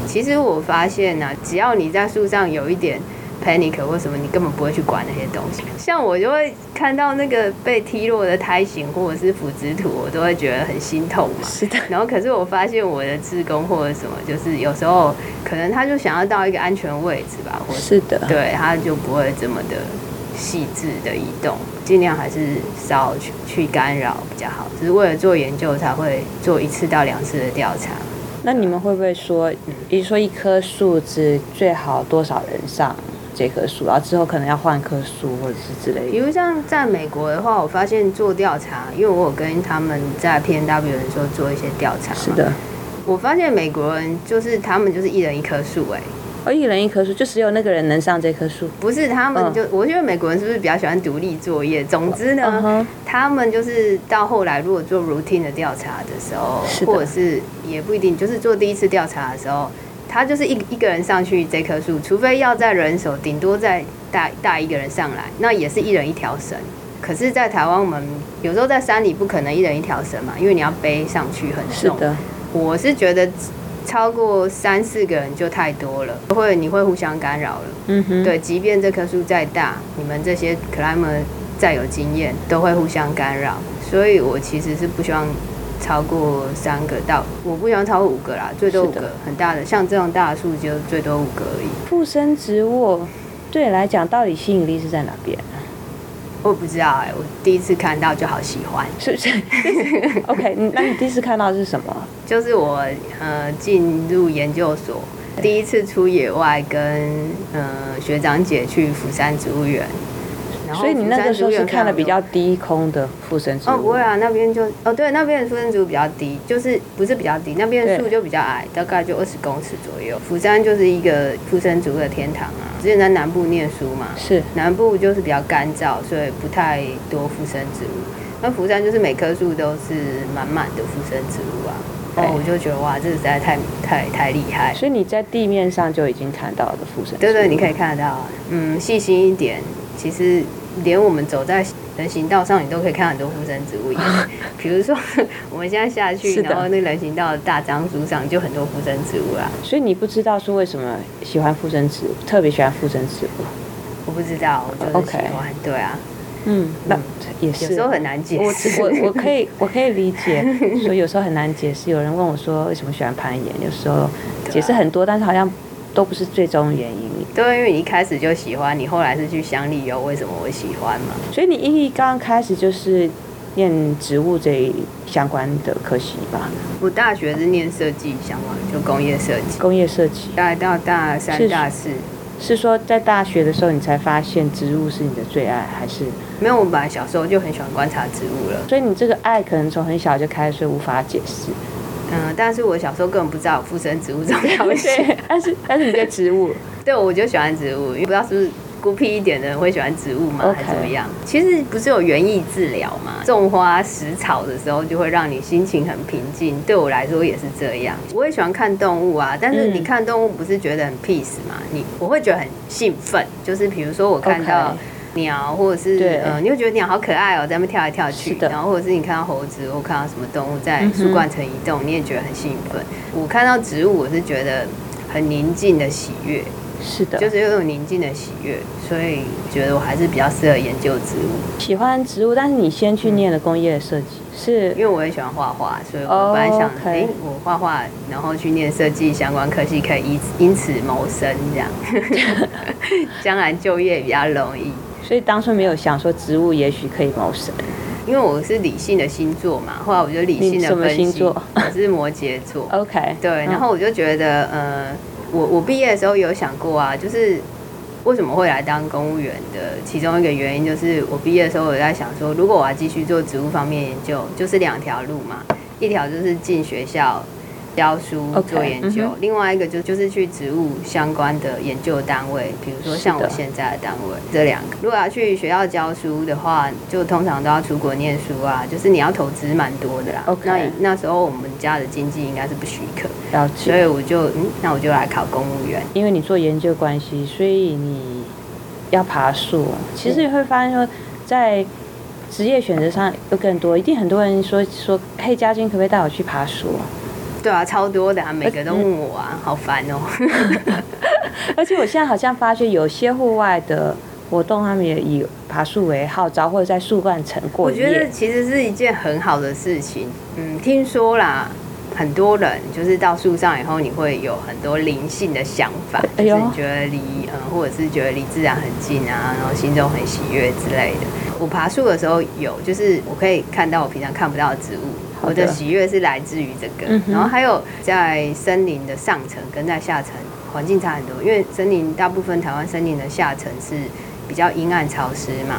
[SPEAKER 3] 其实我发现呢、只要你在树上有一点 panic 或什么，你根本不会去管那些东西。像我就会看到那个被踢落的胎形或者是腐殖土，我都会觉得很心痛嘛。
[SPEAKER 2] 是的，
[SPEAKER 3] 然后可是我发现我的志工或者什么，就是有时候可能他就想要到一个安全位置吧，或
[SPEAKER 2] 是的。
[SPEAKER 3] 对他就不会这么的细致的移动，尽量还是少去去干扰比较好。只是为了做研究才会做一次到两次的调查。
[SPEAKER 2] 那你们会不会说，比如说一棵树只最好多少人上这棵树，然后之后可能要换棵树或者是之类
[SPEAKER 3] 比
[SPEAKER 2] 的？
[SPEAKER 3] 如像在美国的话，我发现做调查，因为我有跟他们在 P N W 的时候做一些调查，
[SPEAKER 2] 是，的，
[SPEAKER 3] 我发现美国人就是他们就是一人一棵树、哎。
[SPEAKER 2] 哦，一人一棵树，就只有那个人能上这棵树。
[SPEAKER 3] 不是他们
[SPEAKER 2] 嗯
[SPEAKER 3] 就，我觉得美国人是不是比较喜欢独立作业？总之呢
[SPEAKER 2] 嗯哼
[SPEAKER 3] 他们就是到后来如果做 routine 的调查的时候
[SPEAKER 2] 是的
[SPEAKER 3] 或者是也不一定，就是做第一次调查的时候，他就是一一个人上去这棵树，除非要在人手，顶多再带带一个人上来，那也是一人一条绳。可是，在台湾，我们有时候在山里不可能一人一条绳嘛，因为你要背上去很
[SPEAKER 2] 是
[SPEAKER 3] 重。
[SPEAKER 2] 的，
[SPEAKER 3] 我是觉得超过三四个人就太多了，会你会互相干扰了。
[SPEAKER 2] 嗯哼，
[SPEAKER 3] 对，即便这棵树再大，你们这些 climber 再有经验，都会互相干扰。所以我其实是不希望超过三个到，我不希望超过五个啦，最多
[SPEAKER 2] 是
[SPEAKER 3] 五
[SPEAKER 2] 的
[SPEAKER 3] 个，很大的，像这种大的树就最多五个而已。
[SPEAKER 2] 附生植物对你来讲，到底吸引力是在哪边？
[SPEAKER 3] 我不知道哎、我第一次看到就好喜欢。
[SPEAKER 2] 是不是？OK，你那你第一次看到的是什么？
[SPEAKER 3] 就是我呃进入研究所，第一次出野外跟呃学长姐去釜山植物园，然后
[SPEAKER 2] 所以你那
[SPEAKER 3] 釜
[SPEAKER 2] 个
[SPEAKER 3] 山
[SPEAKER 2] 时
[SPEAKER 3] 植物
[SPEAKER 2] 候是
[SPEAKER 3] 园非
[SPEAKER 2] 看
[SPEAKER 3] 常
[SPEAKER 2] 了比
[SPEAKER 3] 多
[SPEAKER 2] 较低空的附生植物。
[SPEAKER 3] 哦，不会啊，那边就哦，对，那边的附生植物比较低，就是不是比较低，那边的
[SPEAKER 2] 对
[SPEAKER 3] 树就比较矮，大概就二十公尺左右。釜山就是一个附生植物的天堂啊。之前在南部念书嘛，
[SPEAKER 2] 是
[SPEAKER 3] 南部就是比较干燥，所以不太多附生植物。那釜山就是每棵树都是满满的附生植物啊。
[SPEAKER 2] 对
[SPEAKER 3] 哦，我就觉得哇，这实在太太太厉害了。
[SPEAKER 2] 所以你在地面上就已经看到了附生植物。
[SPEAKER 3] 对对，你可以看得到啊。嗯，细心一点，其实连我们走在人行道上，你都可以看到很多附生植 物耶。比如说，我们现在下去，
[SPEAKER 2] 是的
[SPEAKER 3] 然后那人行道的大樟树上就很多附生植物啊啦。
[SPEAKER 2] 所以你不知道是为什么喜欢附生植物，特别喜欢附生植物。
[SPEAKER 3] 我不知道，我就是喜
[SPEAKER 2] OK
[SPEAKER 3] 欢。对啊，
[SPEAKER 2] 嗯，那也
[SPEAKER 3] 有
[SPEAKER 2] 是。
[SPEAKER 3] 时候很难解
[SPEAKER 2] 我
[SPEAKER 3] 释。
[SPEAKER 2] 我我可 以我可以理解，所以有时候很难解释。有人问我说为什么喜欢攀岩，有时候解释很多，但是好像都不是最终原因。
[SPEAKER 3] 对，因为你一开始就喜欢，你后来是去想理由为什么我喜欢嘛。
[SPEAKER 2] 所以你一刚开始就是念植物这一相关的科系吧，
[SPEAKER 3] 我大学是念设计相关，就工业设计。
[SPEAKER 2] 工业设计。
[SPEAKER 3] 大概到大三、
[SPEAKER 2] 是
[SPEAKER 3] 大四，
[SPEAKER 2] 是说在大学的时候你才发现植物是你的最爱，还是？
[SPEAKER 3] 没有，我本来小时候就很喜欢观察植物了。
[SPEAKER 2] 所以你这个爱可能从很小就开始，所以无法解释。
[SPEAKER 3] 嗯，但是我小时候根本不知道有附生植物这种东西。
[SPEAKER 2] 对，但是但是你对植物，
[SPEAKER 3] 对，我就喜欢植物，因为不知道是不是孤僻一点的人会喜欢植物嘛
[SPEAKER 2] OK
[SPEAKER 3] 还是怎么样？其实不是有园艺治疗嘛，种花食草的时候就会让你心情很平静。对我来说也是这样，我也喜欢看动物啊，但是
[SPEAKER 2] 嗯
[SPEAKER 3] 你看动物不是觉得很 peace 嘛？你我会觉得很兴奋，就是比如说我看
[SPEAKER 2] OK
[SPEAKER 3] 到。鸟，或者是
[SPEAKER 2] 对
[SPEAKER 3] 呃，你会觉得鸟好可爱哦、在那边跳来跳去
[SPEAKER 2] 是，的
[SPEAKER 3] 然后或者是你看到猴子或看到什么动物在
[SPEAKER 2] 嗯哼
[SPEAKER 3] 树冠层移动，你也觉得很兴奋。我看到植物，我是觉得很宁静的喜悦，
[SPEAKER 2] 是的，
[SPEAKER 3] 就是有一种宁静的喜悦，所以我觉得我还是比较适合研究植物，
[SPEAKER 2] 喜欢植物，但是你先去念了工业设计，是
[SPEAKER 3] 因为我也喜欢画画，所以我本来想，
[SPEAKER 2] 哦 OK
[SPEAKER 3] 哎、我画画，然后去念设计相关科系，可以因因此谋生，这样， 将来就业比较容易。
[SPEAKER 2] 所以当初没有想说植物也许可以谋生。
[SPEAKER 3] 因为我是理性的星座嘛，后来我就理性
[SPEAKER 2] 你
[SPEAKER 3] 的
[SPEAKER 2] 什么
[SPEAKER 3] 分析，
[SPEAKER 2] 星座
[SPEAKER 3] 我是摩羯座。
[SPEAKER 2] OK，
[SPEAKER 3] 对，
[SPEAKER 2] 嗯
[SPEAKER 3] 然后我就觉得，呃，我我毕业的时候有想过啊，就是为什么会来当公务员的其中一个原因，就是我毕业的时候我在想说，如果我要继续做植物方面研究，就是两条路嘛，一条就是进学校教书
[SPEAKER 2] OK，
[SPEAKER 3] 做研究
[SPEAKER 2] 嗯哼
[SPEAKER 3] 另外一个就就是去植物相关的研究单位，比如说像
[SPEAKER 2] 是的
[SPEAKER 3] 我现在的单位这两个。如果要去学校教书的话，就通常都要出国念书啊，就是你要投资蛮多的啦。
[SPEAKER 2] OK
[SPEAKER 3] 那那时候我们家的经济应该是不许可，
[SPEAKER 2] 嗯了
[SPEAKER 3] 所
[SPEAKER 2] 解，
[SPEAKER 3] 以我就嗯，那我就来考公务员。
[SPEAKER 2] 因为你做研究关系，所以你要爬树。其实你会发现说，在职业选择上有更多，一定很多人说说，嘿，嘉君可不可以带我去爬树？
[SPEAKER 3] 对啊，超多的、啊，每个都问我啊，好烦哦、
[SPEAKER 2] 而且我现在好像发觉有些户外的活动，他们也以爬树为号召，或者在树冠层过
[SPEAKER 3] 我觉得
[SPEAKER 2] 夜。
[SPEAKER 3] 其实是一件很好的事情。嗯，听说啦，很多人就是到树上以后，你会有很多灵性的想法，
[SPEAKER 2] 哎
[SPEAKER 3] 就是
[SPEAKER 2] 呦
[SPEAKER 3] 你觉得离嗯，或者是觉得离自然很近啊，然后心中很喜悦之类的。我爬树的时候有，就是我可以看到我平常看不到的植物，
[SPEAKER 2] 好的
[SPEAKER 3] 我的喜悦是来自于这个。
[SPEAKER 2] 嗯哼
[SPEAKER 3] 然后还有在森林的上层跟在下层环境差很多，因为森林大部分台湾森林的下层是比较阴暗潮湿嘛，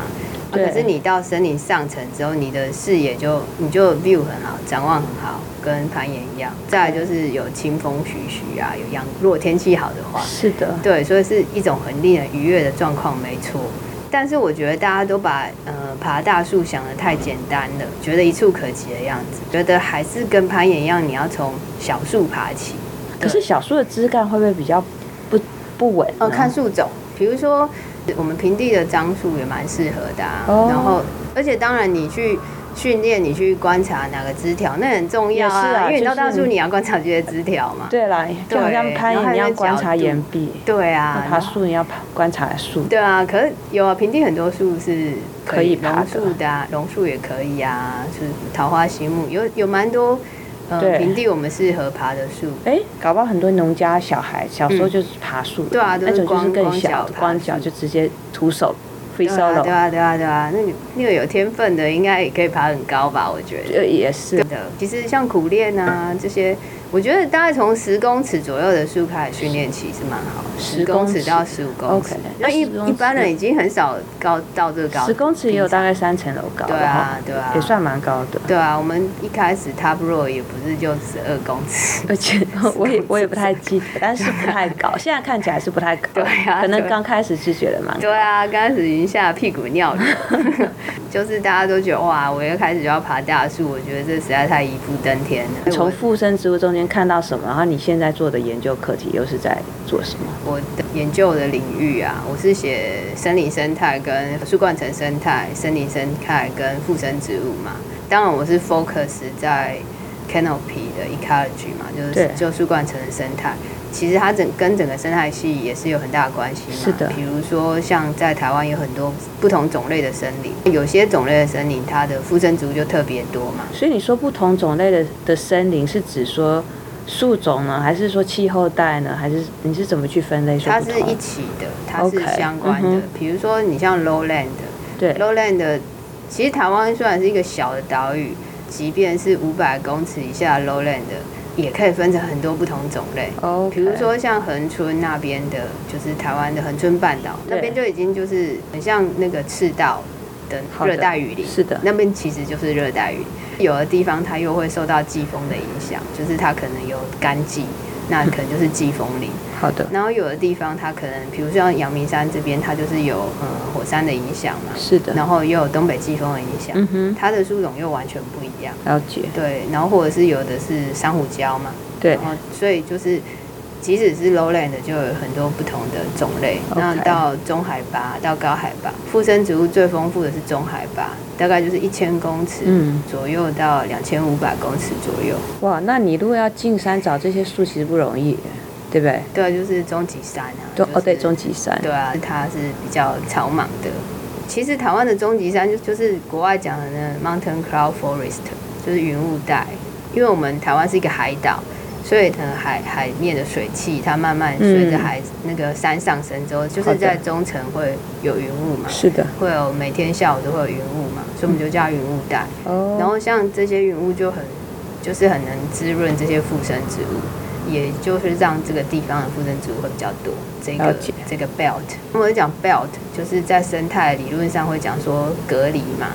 [SPEAKER 3] 啊
[SPEAKER 2] 对
[SPEAKER 3] 可是你到森林上层之后，你的视野就你就 view 很好，展望很好，跟攀岩一样。再来就是有清风徐徐啊，有阳，如果天气好的话，
[SPEAKER 2] 是的，
[SPEAKER 3] 对，所以是一种很令人愉悦的状况，没错。但是我觉得大家都把呃爬大树想得太简单了，觉得一触可及的样子，觉得还是跟攀岩一样，你要从小树爬起。
[SPEAKER 2] 可是小树的枝干会不会比较不不稳呢？
[SPEAKER 3] 哦，看树种，比如说我们平地的樟树也蛮适合的、啊
[SPEAKER 2] 哦
[SPEAKER 3] 然后而且当然你去训练，你去观察哪个枝条，那很重要
[SPEAKER 2] 也是啊
[SPEAKER 3] 因为你到
[SPEAKER 2] 就是
[SPEAKER 3] 大树你要观察这些枝条嘛。
[SPEAKER 2] 对啦，就好像攀
[SPEAKER 3] 然后
[SPEAKER 2] 岩
[SPEAKER 3] 还有
[SPEAKER 2] 一样
[SPEAKER 3] 那
[SPEAKER 2] 观察
[SPEAKER 3] 角度
[SPEAKER 2] 岩壁，
[SPEAKER 3] 对啊，
[SPEAKER 2] 那爬树你要爬观察树。
[SPEAKER 3] 对啊，可是有啊，平地很多树是
[SPEAKER 2] 可以爬
[SPEAKER 3] 榕
[SPEAKER 2] 的
[SPEAKER 3] 树的、啊，榕树也可以啊，就是桃花心木，有有蛮多呃
[SPEAKER 2] 对
[SPEAKER 3] 平地我们适合爬的树。
[SPEAKER 2] 哎，搞不好很多农家小孩小时候
[SPEAKER 3] 嗯
[SPEAKER 2] 就是爬树的，
[SPEAKER 3] 对啊都是
[SPEAKER 2] 那种就是
[SPEAKER 3] 光
[SPEAKER 2] 更
[SPEAKER 3] 光脚
[SPEAKER 2] 小
[SPEAKER 3] 爬，树
[SPEAKER 2] 光脚就直接徒手 free
[SPEAKER 3] 对啊，对
[SPEAKER 2] solo，
[SPEAKER 3] 啊，对啊，对啊，那你那个有天分的应该也可以爬很高吧？我觉得。
[SPEAKER 2] 呃也是
[SPEAKER 3] 对的，其实像苦练啊这些，我觉得大概从十公尺左右的树开始训练起是蛮好的，
[SPEAKER 2] 10
[SPEAKER 3] 公
[SPEAKER 2] 公
[SPEAKER 3] 尺
[SPEAKER 2] 尺
[SPEAKER 3] 到十五公尺
[SPEAKER 2] OK，。
[SPEAKER 3] 那一
[SPEAKER 2] 10公尺
[SPEAKER 3] 一般人已经很少高到这个高度，
[SPEAKER 2] 十公尺也有大
[SPEAKER 3] 概。
[SPEAKER 2] 概三层楼高，
[SPEAKER 3] 啊对啊，，对啊，
[SPEAKER 2] 也算蛮高的。
[SPEAKER 3] 对啊，我们一开始 Top Row 也不是就十二公尺，
[SPEAKER 2] 而且我也我也不太记得，但是不太高，现在看起来是不太高，
[SPEAKER 3] 对啊
[SPEAKER 2] 可能
[SPEAKER 3] 对
[SPEAKER 2] 刚开始是觉得蛮
[SPEAKER 3] 对啊，刚开始云下屁股尿流， 就是大家都觉得哇，我一开始就要爬大树，我觉得这实在太一步登天了。
[SPEAKER 2] 从附生植物中间看到什么，然后你现在做的研究课题又是在做什么？
[SPEAKER 3] 我的研究的领域啊，我是写森林生态、跟树冠层生态、森林生态跟附生植物嘛。当然，我是 focus 在 canopy 的 ecology 嘛，就
[SPEAKER 2] 对
[SPEAKER 3] 是就树冠层的生态。其实它整跟整个生态系也是有很大的关系嘛。
[SPEAKER 2] 是的
[SPEAKER 3] 比如说像在台湾有很多不同种类的森林，有些种类的森林它的附生植物就特别多嘛。
[SPEAKER 2] 所以你说不同种类的的森林是指说树种呢，还是说气候带呢，还是你是怎么去分类说
[SPEAKER 3] 它
[SPEAKER 2] 不
[SPEAKER 3] 是
[SPEAKER 2] 同？
[SPEAKER 3] 一起的，它是
[SPEAKER 2] OK，
[SPEAKER 3] 相关
[SPEAKER 2] 嗯
[SPEAKER 3] 的
[SPEAKER 2] 哼。
[SPEAKER 3] 比如说你像 lowland
[SPEAKER 2] 对
[SPEAKER 3] lowland 的其实台湾虽然是一个小的岛屿，即便是五百公尺以下的 lowland 也可以分成很多不同种类。
[SPEAKER 2] 哦，
[SPEAKER 3] 比如说像恒春那边的，就是台湾的恒春半岛
[SPEAKER 2] 对
[SPEAKER 3] 那边就已经就是很像那个赤道的
[SPEAKER 2] 好的
[SPEAKER 3] 热带雨林，
[SPEAKER 2] 是的
[SPEAKER 3] 那边其实就是热带雨林。有的地方它又会受到季风的影响，就是它可能有干季，那可能就是季风林。
[SPEAKER 2] 好的，
[SPEAKER 3] 然后有的地方它可能，比如像阳明山这边，它就是有嗯火山的影响嘛，
[SPEAKER 2] 是的，
[SPEAKER 3] 然后又有东北季风的影响，
[SPEAKER 2] 嗯哼，
[SPEAKER 3] 它的树种又完全不一样。
[SPEAKER 2] 了解，
[SPEAKER 3] 对，然后或者是有的是珊瑚礁嘛，
[SPEAKER 2] 对
[SPEAKER 3] 然，后所以就是即使是 lowland 的就有很多不同的种类。
[SPEAKER 2] OK
[SPEAKER 3] 那到中海拔到高海拔，附生植物最丰富的是中海拔，大概就是一千公尺
[SPEAKER 2] 嗯，
[SPEAKER 3] 左右到两千五百公尺左右。
[SPEAKER 2] 哇，那你如果要进山找这些树，其实不容易，对不对？
[SPEAKER 3] 对，就是终极山啊，
[SPEAKER 2] 中、
[SPEAKER 3] 就是
[SPEAKER 2] 哦，对，终极山，
[SPEAKER 3] 对啊，它是比较草莽的。其实台湾的终极山就就是国外讲的那 mountain cloud forest，就是云雾带。因为我们台湾是一个海岛，所以可能海海面的水汽它慢慢随
[SPEAKER 2] 嗯
[SPEAKER 3] 着海、那个山上升之后，就
[SPEAKER 2] 好
[SPEAKER 3] 是
[SPEAKER 2] 的
[SPEAKER 3] 在中层会有云雾嘛，
[SPEAKER 2] 是的，
[SPEAKER 3] 会有每天下午都会有云雾嘛，所以我们就叫云雾带。
[SPEAKER 2] 哦，
[SPEAKER 3] 然后像这些云雾就很，就是很能滋润这些附生植物，也就是让这个地方的附生植物会比较多。这
[SPEAKER 2] 了
[SPEAKER 3] 个
[SPEAKER 2] 解
[SPEAKER 3] 这个 belt，我们讲 belt 就是在生态理论上会讲说隔离嘛。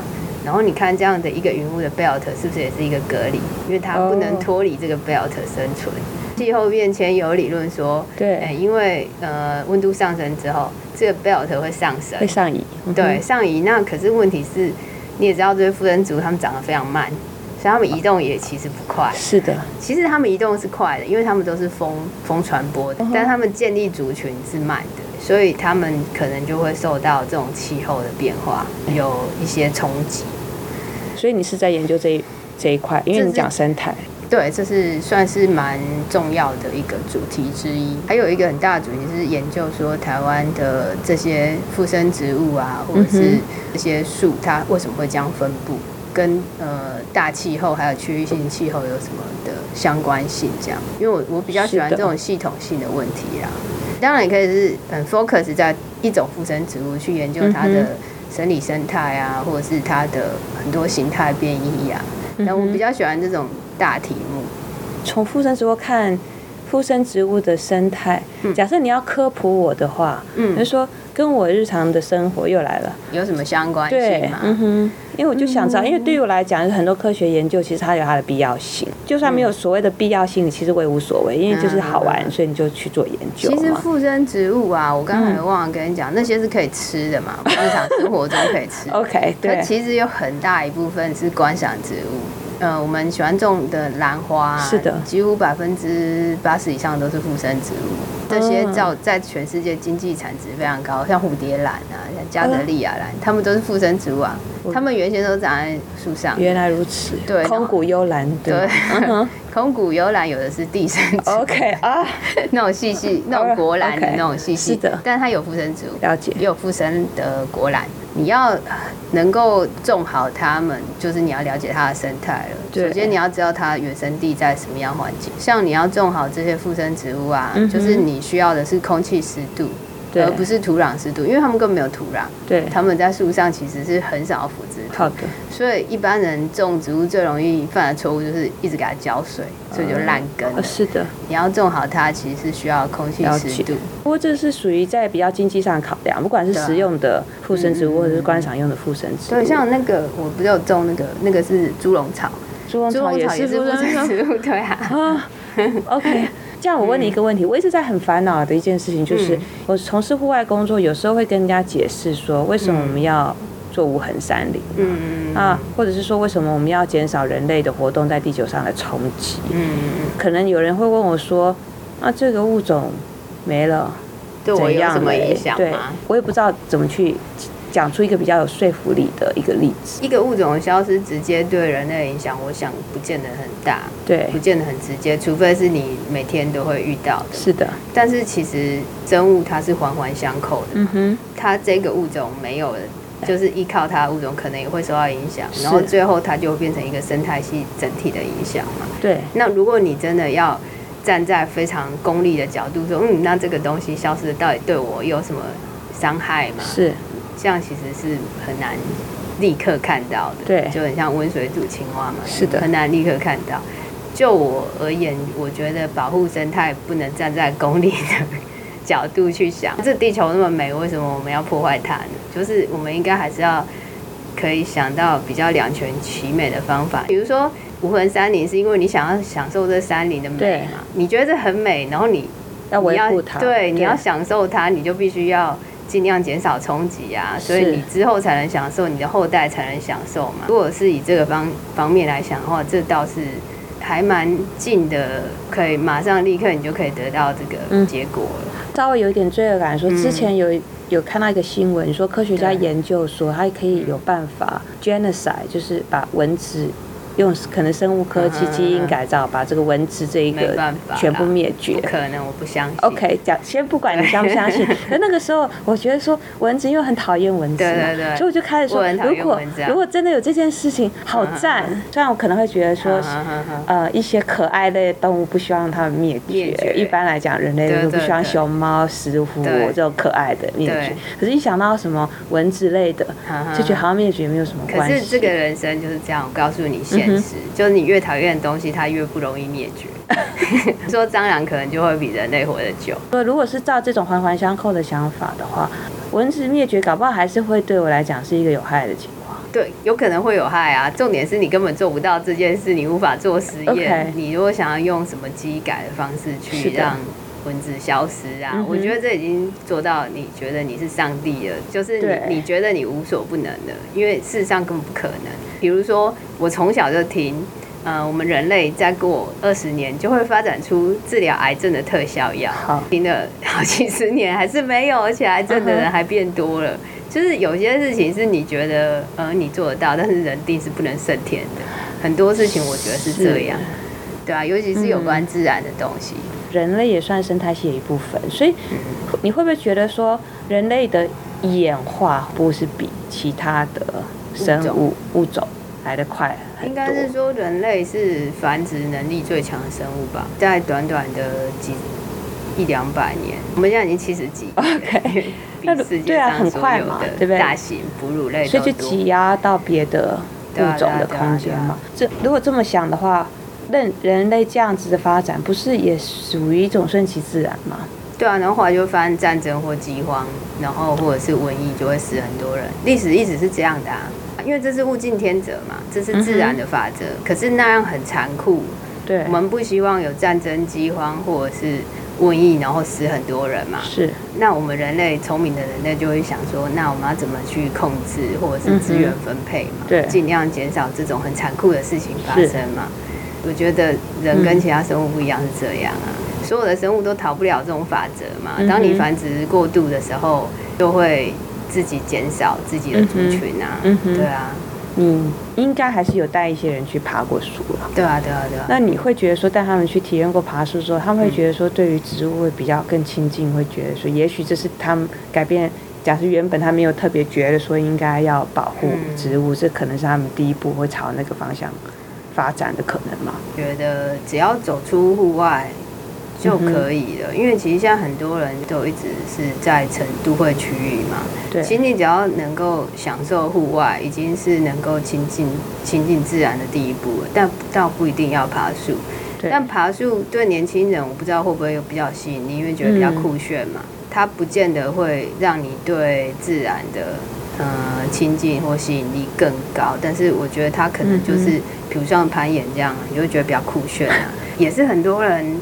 [SPEAKER 3] 然后你看这样的一个云雾的 belt 是不是也是一个隔离？因为它不能
[SPEAKER 2] 哦
[SPEAKER 3] 脱离这个 belt 生存。气候变迁有理论说，
[SPEAKER 2] 对
[SPEAKER 3] 哎因为呃温度上升之后，这个 belt 会上升
[SPEAKER 2] 会，上瘾，嗯哼
[SPEAKER 3] 对，，上移那可是问题是，你也知道这些附生族他们长得非常慢，所以他们移动也其实不快。
[SPEAKER 2] 是的，
[SPEAKER 3] 其实他们移动是快的，因为他们都是风风传播的
[SPEAKER 2] 嗯哼，
[SPEAKER 3] 但他们建立族群是慢的，所以他们可能就会受到这种气候的变化有一些冲击。
[SPEAKER 2] 所以你是在研究这一这一块，因为
[SPEAKER 3] 这
[SPEAKER 2] 你
[SPEAKER 3] 是
[SPEAKER 2] 讲生态，
[SPEAKER 3] 对，这是算是蛮重要的一个主题之一。还有一个很大的主题是研究说台湾的这些附生植物啊，或者
[SPEAKER 2] 嗯
[SPEAKER 3] 是这些树，它为什么会这样分布，跟呃大气候还有区域性气候有什么的相关性？这样，因为我我比较喜欢
[SPEAKER 2] 是的
[SPEAKER 3] 这种系统性的问题啦。当然，也可以是很 focus 在一种附生植物去研究它
[SPEAKER 2] 嗯
[SPEAKER 3] 的生理生态啊，或者是它的很多形态变异啊。
[SPEAKER 2] 嗯
[SPEAKER 3] 但我比较喜欢这种大题目。
[SPEAKER 2] 从附生植物看附生植物的生态。
[SPEAKER 3] 嗯
[SPEAKER 2] 假设你要科普我的话，
[SPEAKER 3] 嗯
[SPEAKER 2] 就是说跟我日常的生活又来了。
[SPEAKER 3] 有什么相关
[SPEAKER 2] 对
[SPEAKER 3] 性，吗？
[SPEAKER 2] 嗯哼，因为我就想知道，因为对于我来讲，很多科学研究其实它有它的必要性，就算没有所谓的必要性，其实我也无所谓，因为就是好玩，
[SPEAKER 3] 嗯
[SPEAKER 2] 所以你就去做研究
[SPEAKER 3] 其实
[SPEAKER 2] 嘛。。
[SPEAKER 3] 附生植物啊，我刚才忘了跟你讲，那些是可以吃的嘛，我们日常生活中可以吃
[SPEAKER 2] OK，
[SPEAKER 3] 它
[SPEAKER 2] 对，
[SPEAKER 3] 其实有很大一部分是观赏植物。呃，我们喜欢种的兰花、啊，
[SPEAKER 2] 是的
[SPEAKER 3] 几乎百分之八十以上都是附生植物。这些
[SPEAKER 2] 嗯
[SPEAKER 3] 造在全世界经济产值非常高，像蝴蝶兰啊，像加
[SPEAKER 2] 嗯
[SPEAKER 3] 德利亚兰，它们都是附生植物啊。它们原先都长在树上，
[SPEAKER 2] 原来如此，
[SPEAKER 3] 对
[SPEAKER 2] 空谷幽兰，对
[SPEAKER 3] 对
[SPEAKER 2] 吗，嗯哼
[SPEAKER 3] 空谷幽兰有的是地生植物
[SPEAKER 2] ，OK 啊，
[SPEAKER 3] 那种细细、那种果篮的
[SPEAKER 2] OK，
[SPEAKER 3] 那种细细，
[SPEAKER 2] 是的
[SPEAKER 3] 但它有附生植物，
[SPEAKER 2] 了解，
[SPEAKER 3] 也有附生的果篮。你要呃能够种好它们，就是你要了解它的生态了。
[SPEAKER 2] 对
[SPEAKER 3] 首先你要知道它原生地在什么样环境。像你要种好这些附生植物啊，
[SPEAKER 2] 嗯哼
[SPEAKER 3] 就是你需要的是空气湿度，
[SPEAKER 2] 对
[SPEAKER 3] 而不是土壤湿度，因为它们根本没有土壤，
[SPEAKER 2] 对，
[SPEAKER 3] 它们在树上其实是很少腐殖的。
[SPEAKER 2] 好的，
[SPEAKER 3] 所以一般人种植物最容易犯的错误就是一直给它浇水，所以就烂根了
[SPEAKER 2] 呃。是的，
[SPEAKER 3] 你要种好它，其实是需要空气
[SPEAKER 2] 了
[SPEAKER 3] 湿
[SPEAKER 2] 解
[SPEAKER 3] 度。。
[SPEAKER 2] 不过这是属于在比较经济上考量，不管是
[SPEAKER 3] 对啊
[SPEAKER 2] 食用的附生植物，
[SPEAKER 3] 嗯嗯嗯
[SPEAKER 2] 或者是观赏用的附生植物，
[SPEAKER 3] 对，像那个我不是有种那个那个是猪笼草，
[SPEAKER 2] 猪笼
[SPEAKER 3] 猪
[SPEAKER 2] 草
[SPEAKER 3] 笼
[SPEAKER 2] 也
[SPEAKER 3] 草也
[SPEAKER 2] 是
[SPEAKER 3] 是
[SPEAKER 2] 附
[SPEAKER 3] 附
[SPEAKER 2] 生
[SPEAKER 3] 生
[SPEAKER 2] 植物
[SPEAKER 3] 植物，对啊，
[SPEAKER 2] 啊。OK，这样我问你一个问题，我一直在很烦恼的一件事情，就是、
[SPEAKER 3] 嗯
[SPEAKER 2] 我从事户外工作，有时候会跟人家解释说，为什么我们要做无痕山林。
[SPEAKER 3] 嗯
[SPEAKER 2] 啊，或者是说，为什么我们要减少人类的活动在地球上的冲击？
[SPEAKER 3] 嗯，
[SPEAKER 2] 可能有人会问我说：“啊，这个物种没了，
[SPEAKER 3] 对我
[SPEAKER 2] 怎
[SPEAKER 3] 有
[SPEAKER 2] 样
[SPEAKER 3] 什么
[SPEAKER 2] 嘞
[SPEAKER 3] 影响
[SPEAKER 2] 对
[SPEAKER 3] 吗？，
[SPEAKER 2] 我也不知道怎么去讲出一个比较有说服力的一个例子。
[SPEAKER 3] 一个物种的消失直接对人类的影响，我想不见得很大，
[SPEAKER 2] 对
[SPEAKER 3] 不，见得很直接，除非是你每天都会遇到的。
[SPEAKER 2] 是的，
[SPEAKER 3] 但是其实生物它是环环相扣的，
[SPEAKER 2] 嗯哼，
[SPEAKER 3] 它这个物种没有了。就是依靠它的物种可能也会受到影响，然后
[SPEAKER 2] 是
[SPEAKER 3] 最后它就会变成一个生态系整体的影响嘛。
[SPEAKER 2] 对，
[SPEAKER 3] 那如果你真的要站在非常功利的角度说，嗯，那这个东西消失了到底对我有什么伤害吗？
[SPEAKER 2] 是，
[SPEAKER 3] 这样其实是很难立刻看到的。
[SPEAKER 2] 对
[SPEAKER 3] 就很像温水煮青蛙嘛。
[SPEAKER 2] 是的
[SPEAKER 3] 很难立刻看到。就我而言，我觉得保护生态不能站在功利的 角度去想，这地球那么美，为什么我们要破坏它呢？就是我们应该还是要可以想到比较两全其美的方法，比如说无痕山林，是因为你想要享受这山林的
[SPEAKER 2] 对
[SPEAKER 3] 美嘛？你觉得这很美，然后你
[SPEAKER 2] 要
[SPEAKER 3] 你
[SPEAKER 2] 维
[SPEAKER 3] 要
[SPEAKER 2] 护它。
[SPEAKER 3] 对，你要享受它，你就必须要尽量减少冲击啊，所以
[SPEAKER 2] 是
[SPEAKER 3] 你之后才能享受，你的后代才能享受嘛。如果是以这个方方面来想的话，这倒是还蛮近的，可以马上立刻你就可以得到这个
[SPEAKER 2] 嗯
[SPEAKER 3] 结果了。
[SPEAKER 2] 稍微有一点罪恶感，说
[SPEAKER 3] 嗯
[SPEAKER 2] 之前有、有看到一个新闻，说科学家
[SPEAKER 3] 对
[SPEAKER 2] 研究说，它可以有办法 genocide，就是把蚊子用可能生物科技
[SPEAKER 3] 嗯嗯嗯
[SPEAKER 2] 基因改造，把这个蚊子这一
[SPEAKER 3] 没
[SPEAKER 2] 个
[SPEAKER 3] 办法啦
[SPEAKER 2] 全部灭绝
[SPEAKER 3] 不。可能，我不相信。
[SPEAKER 2] OK，讲先不管你相不相信，可那个时候我觉得说蚊子，因为很讨厌蚊子嘛，
[SPEAKER 3] 对对对
[SPEAKER 2] 所以我就开始
[SPEAKER 3] 我
[SPEAKER 2] 说，
[SPEAKER 3] 很讨厌
[SPEAKER 2] 如果
[SPEAKER 3] 蚊子啊
[SPEAKER 2] 如果真的有这件事情，好赞。虽然我可能会觉得说
[SPEAKER 3] 嗯，哼哼哼
[SPEAKER 2] 呃，一些可爱的动物不希望它们灭绝。
[SPEAKER 3] 灭绝
[SPEAKER 2] 一般来讲，人类
[SPEAKER 3] 对
[SPEAKER 2] 都不
[SPEAKER 3] 对
[SPEAKER 2] 喜欢
[SPEAKER 3] 对
[SPEAKER 2] 熊猫、石虎
[SPEAKER 3] 对
[SPEAKER 2] 这种可爱的灭
[SPEAKER 3] 对
[SPEAKER 2] 绝。可是，一想到什么蚊子类的
[SPEAKER 3] 嗯哼，
[SPEAKER 2] 就觉得好像灭绝没有什么
[SPEAKER 3] 可
[SPEAKER 2] 关
[SPEAKER 3] 是
[SPEAKER 2] 系。
[SPEAKER 3] 这个人生就是这样，我告诉你现实，
[SPEAKER 2] 嗯
[SPEAKER 3] 就是你越讨厌的东西，它越不容易灭绝。 说蟑螂可能就会比人类活得久，
[SPEAKER 2] 说如果是照这种环环相扣的想法的话，蚊子灭绝，搞不好还是会对我来讲是一个有害的情况。
[SPEAKER 3] 对，有可能会有害啊。重点是你根本做不到这件事，你无法做实验。
[SPEAKER 2] OK
[SPEAKER 3] 你如果想要用什么基因改的方式
[SPEAKER 2] 是
[SPEAKER 3] 去
[SPEAKER 2] 的
[SPEAKER 3] 让蚊子消失啊，
[SPEAKER 2] 嗯哼
[SPEAKER 3] 我觉得这已经做到你觉得你是上帝了，就是
[SPEAKER 2] 对
[SPEAKER 3] 你你觉得你无所不能了，因为事实上根本不可能。比如说，我从小就听。呃，我们人类再过二十年就会发展出治疗癌症的特效药。
[SPEAKER 2] 好
[SPEAKER 3] 听了 好几十年还是没有，而且癌症的人
[SPEAKER 2] 嗯哼
[SPEAKER 3] 还变多了。就是有些事情是你觉得呃你做得到，但是人定是不能胜天的。很多事情我觉得是这样，对啊，尤其是有
[SPEAKER 2] 嗯
[SPEAKER 3] 关自然的东西。
[SPEAKER 2] 人类也算生态系的一部分，所以你会不会觉得说，人类的演化不是比其他的生物物种来得快很
[SPEAKER 3] 应
[SPEAKER 2] 多？
[SPEAKER 3] 该是说人类是繁殖能力最强的生物吧，在短短的几一两百年，我们现在已经七十几
[SPEAKER 2] OK，那
[SPEAKER 3] 比
[SPEAKER 2] 如
[SPEAKER 3] 世界
[SPEAKER 2] 对啊
[SPEAKER 3] 上
[SPEAKER 2] 很
[SPEAKER 3] 所
[SPEAKER 2] 快
[SPEAKER 3] 有
[SPEAKER 2] 嘛对
[SPEAKER 3] 的
[SPEAKER 2] 不对
[SPEAKER 3] 大型哺乳类
[SPEAKER 2] 所
[SPEAKER 3] 都
[SPEAKER 2] 以就
[SPEAKER 3] 多。
[SPEAKER 2] 挤压到别的
[SPEAKER 3] 对啊
[SPEAKER 2] 物种
[SPEAKER 3] 对啊
[SPEAKER 2] 的
[SPEAKER 3] 对啊
[SPEAKER 2] 空
[SPEAKER 3] 对
[SPEAKER 2] 间
[SPEAKER 3] 啊
[SPEAKER 2] 嘛。这如果这么想的话，人人类这样子的发展，不是也属于一种顺其自然吗？
[SPEAKER 3] 对啊，然后后来就发生战争或饥荒，然后或者是瘟疫，就会死很多人。历史一直是这样的啊，因为这是物竞天择嘛，这是自然的法则。可是那样很残酷，
[SPEAKER 2] 嗯对
[SPEAKER 3] 我，们不希望有战争、饥荒或者是瘟疫，然后死很多人嘛。
[SPEAKER 2] 是
[SPEAKER 3] 那我们人类聪明的人类就会想说，那我们要怎么去控制或者是资源分配嘛？
[SPEAKER 2] 嗯对
[SPEAKER 3] 尽量减少这种很残酷的事情发生嘛。我觉得人跟其他生物不一样是这样啊，所有的生物都逃不了这种法则嘛。
[SPEAKER 2] 嗯嗯哼
[SPEAKER 3] 当你繁殖过度的时候，就会自己减少自己的族群啊。
[SPEAKER 2] 嗯哼嗯哼
[SPEAKER 3] 对啊，
[SPEAKER 2] 你应该还是有带一些人去爬过树了。
[SPEAKER 3] 对啊，对啊，对啊。
[SPEAKER 2] 那你会觉得说带他们去体验过爬树之后，他们会觉得说对于植物会比较更亲近，会觉得说也许这是他们改变。假设原本他没有特别觉得说应该要保护
[SPEAKER 3] 嗯
[SPEAKER 2] 植物，这可能是他们第一步会朝那个方向发展的可能嘛？
[SPEAKER 3] 觉得只要走出户外就
[SPEAKER 2] 嗯
[SPEAKER 3] 可以了，因为其实现在很多人都一直是在成都会区域嘛。
[SPEAKER 2] 对，
[SPEAKER 3] 其实你只要能够享受户外，已经是能够亲近亲近自然的第一步了。但倒不一定要爬树，
[SPEAKER 2] 对
[SPEAKER 3] 但爬树对年轻人，我不知道会不会有比较吸引力，因为觉得比较酷炫嘛。
[SPEAKER 2] 嗯
[SPEAKER 3] 它不见得会让你对自然的呃亲近或吸引力更高，但是我觉得它
[SPEAKER 2] 嗯
[SPEAKER 3] 可能就是，比如像攀岩这样，你就会觉得比较酷炫啊。也是很多人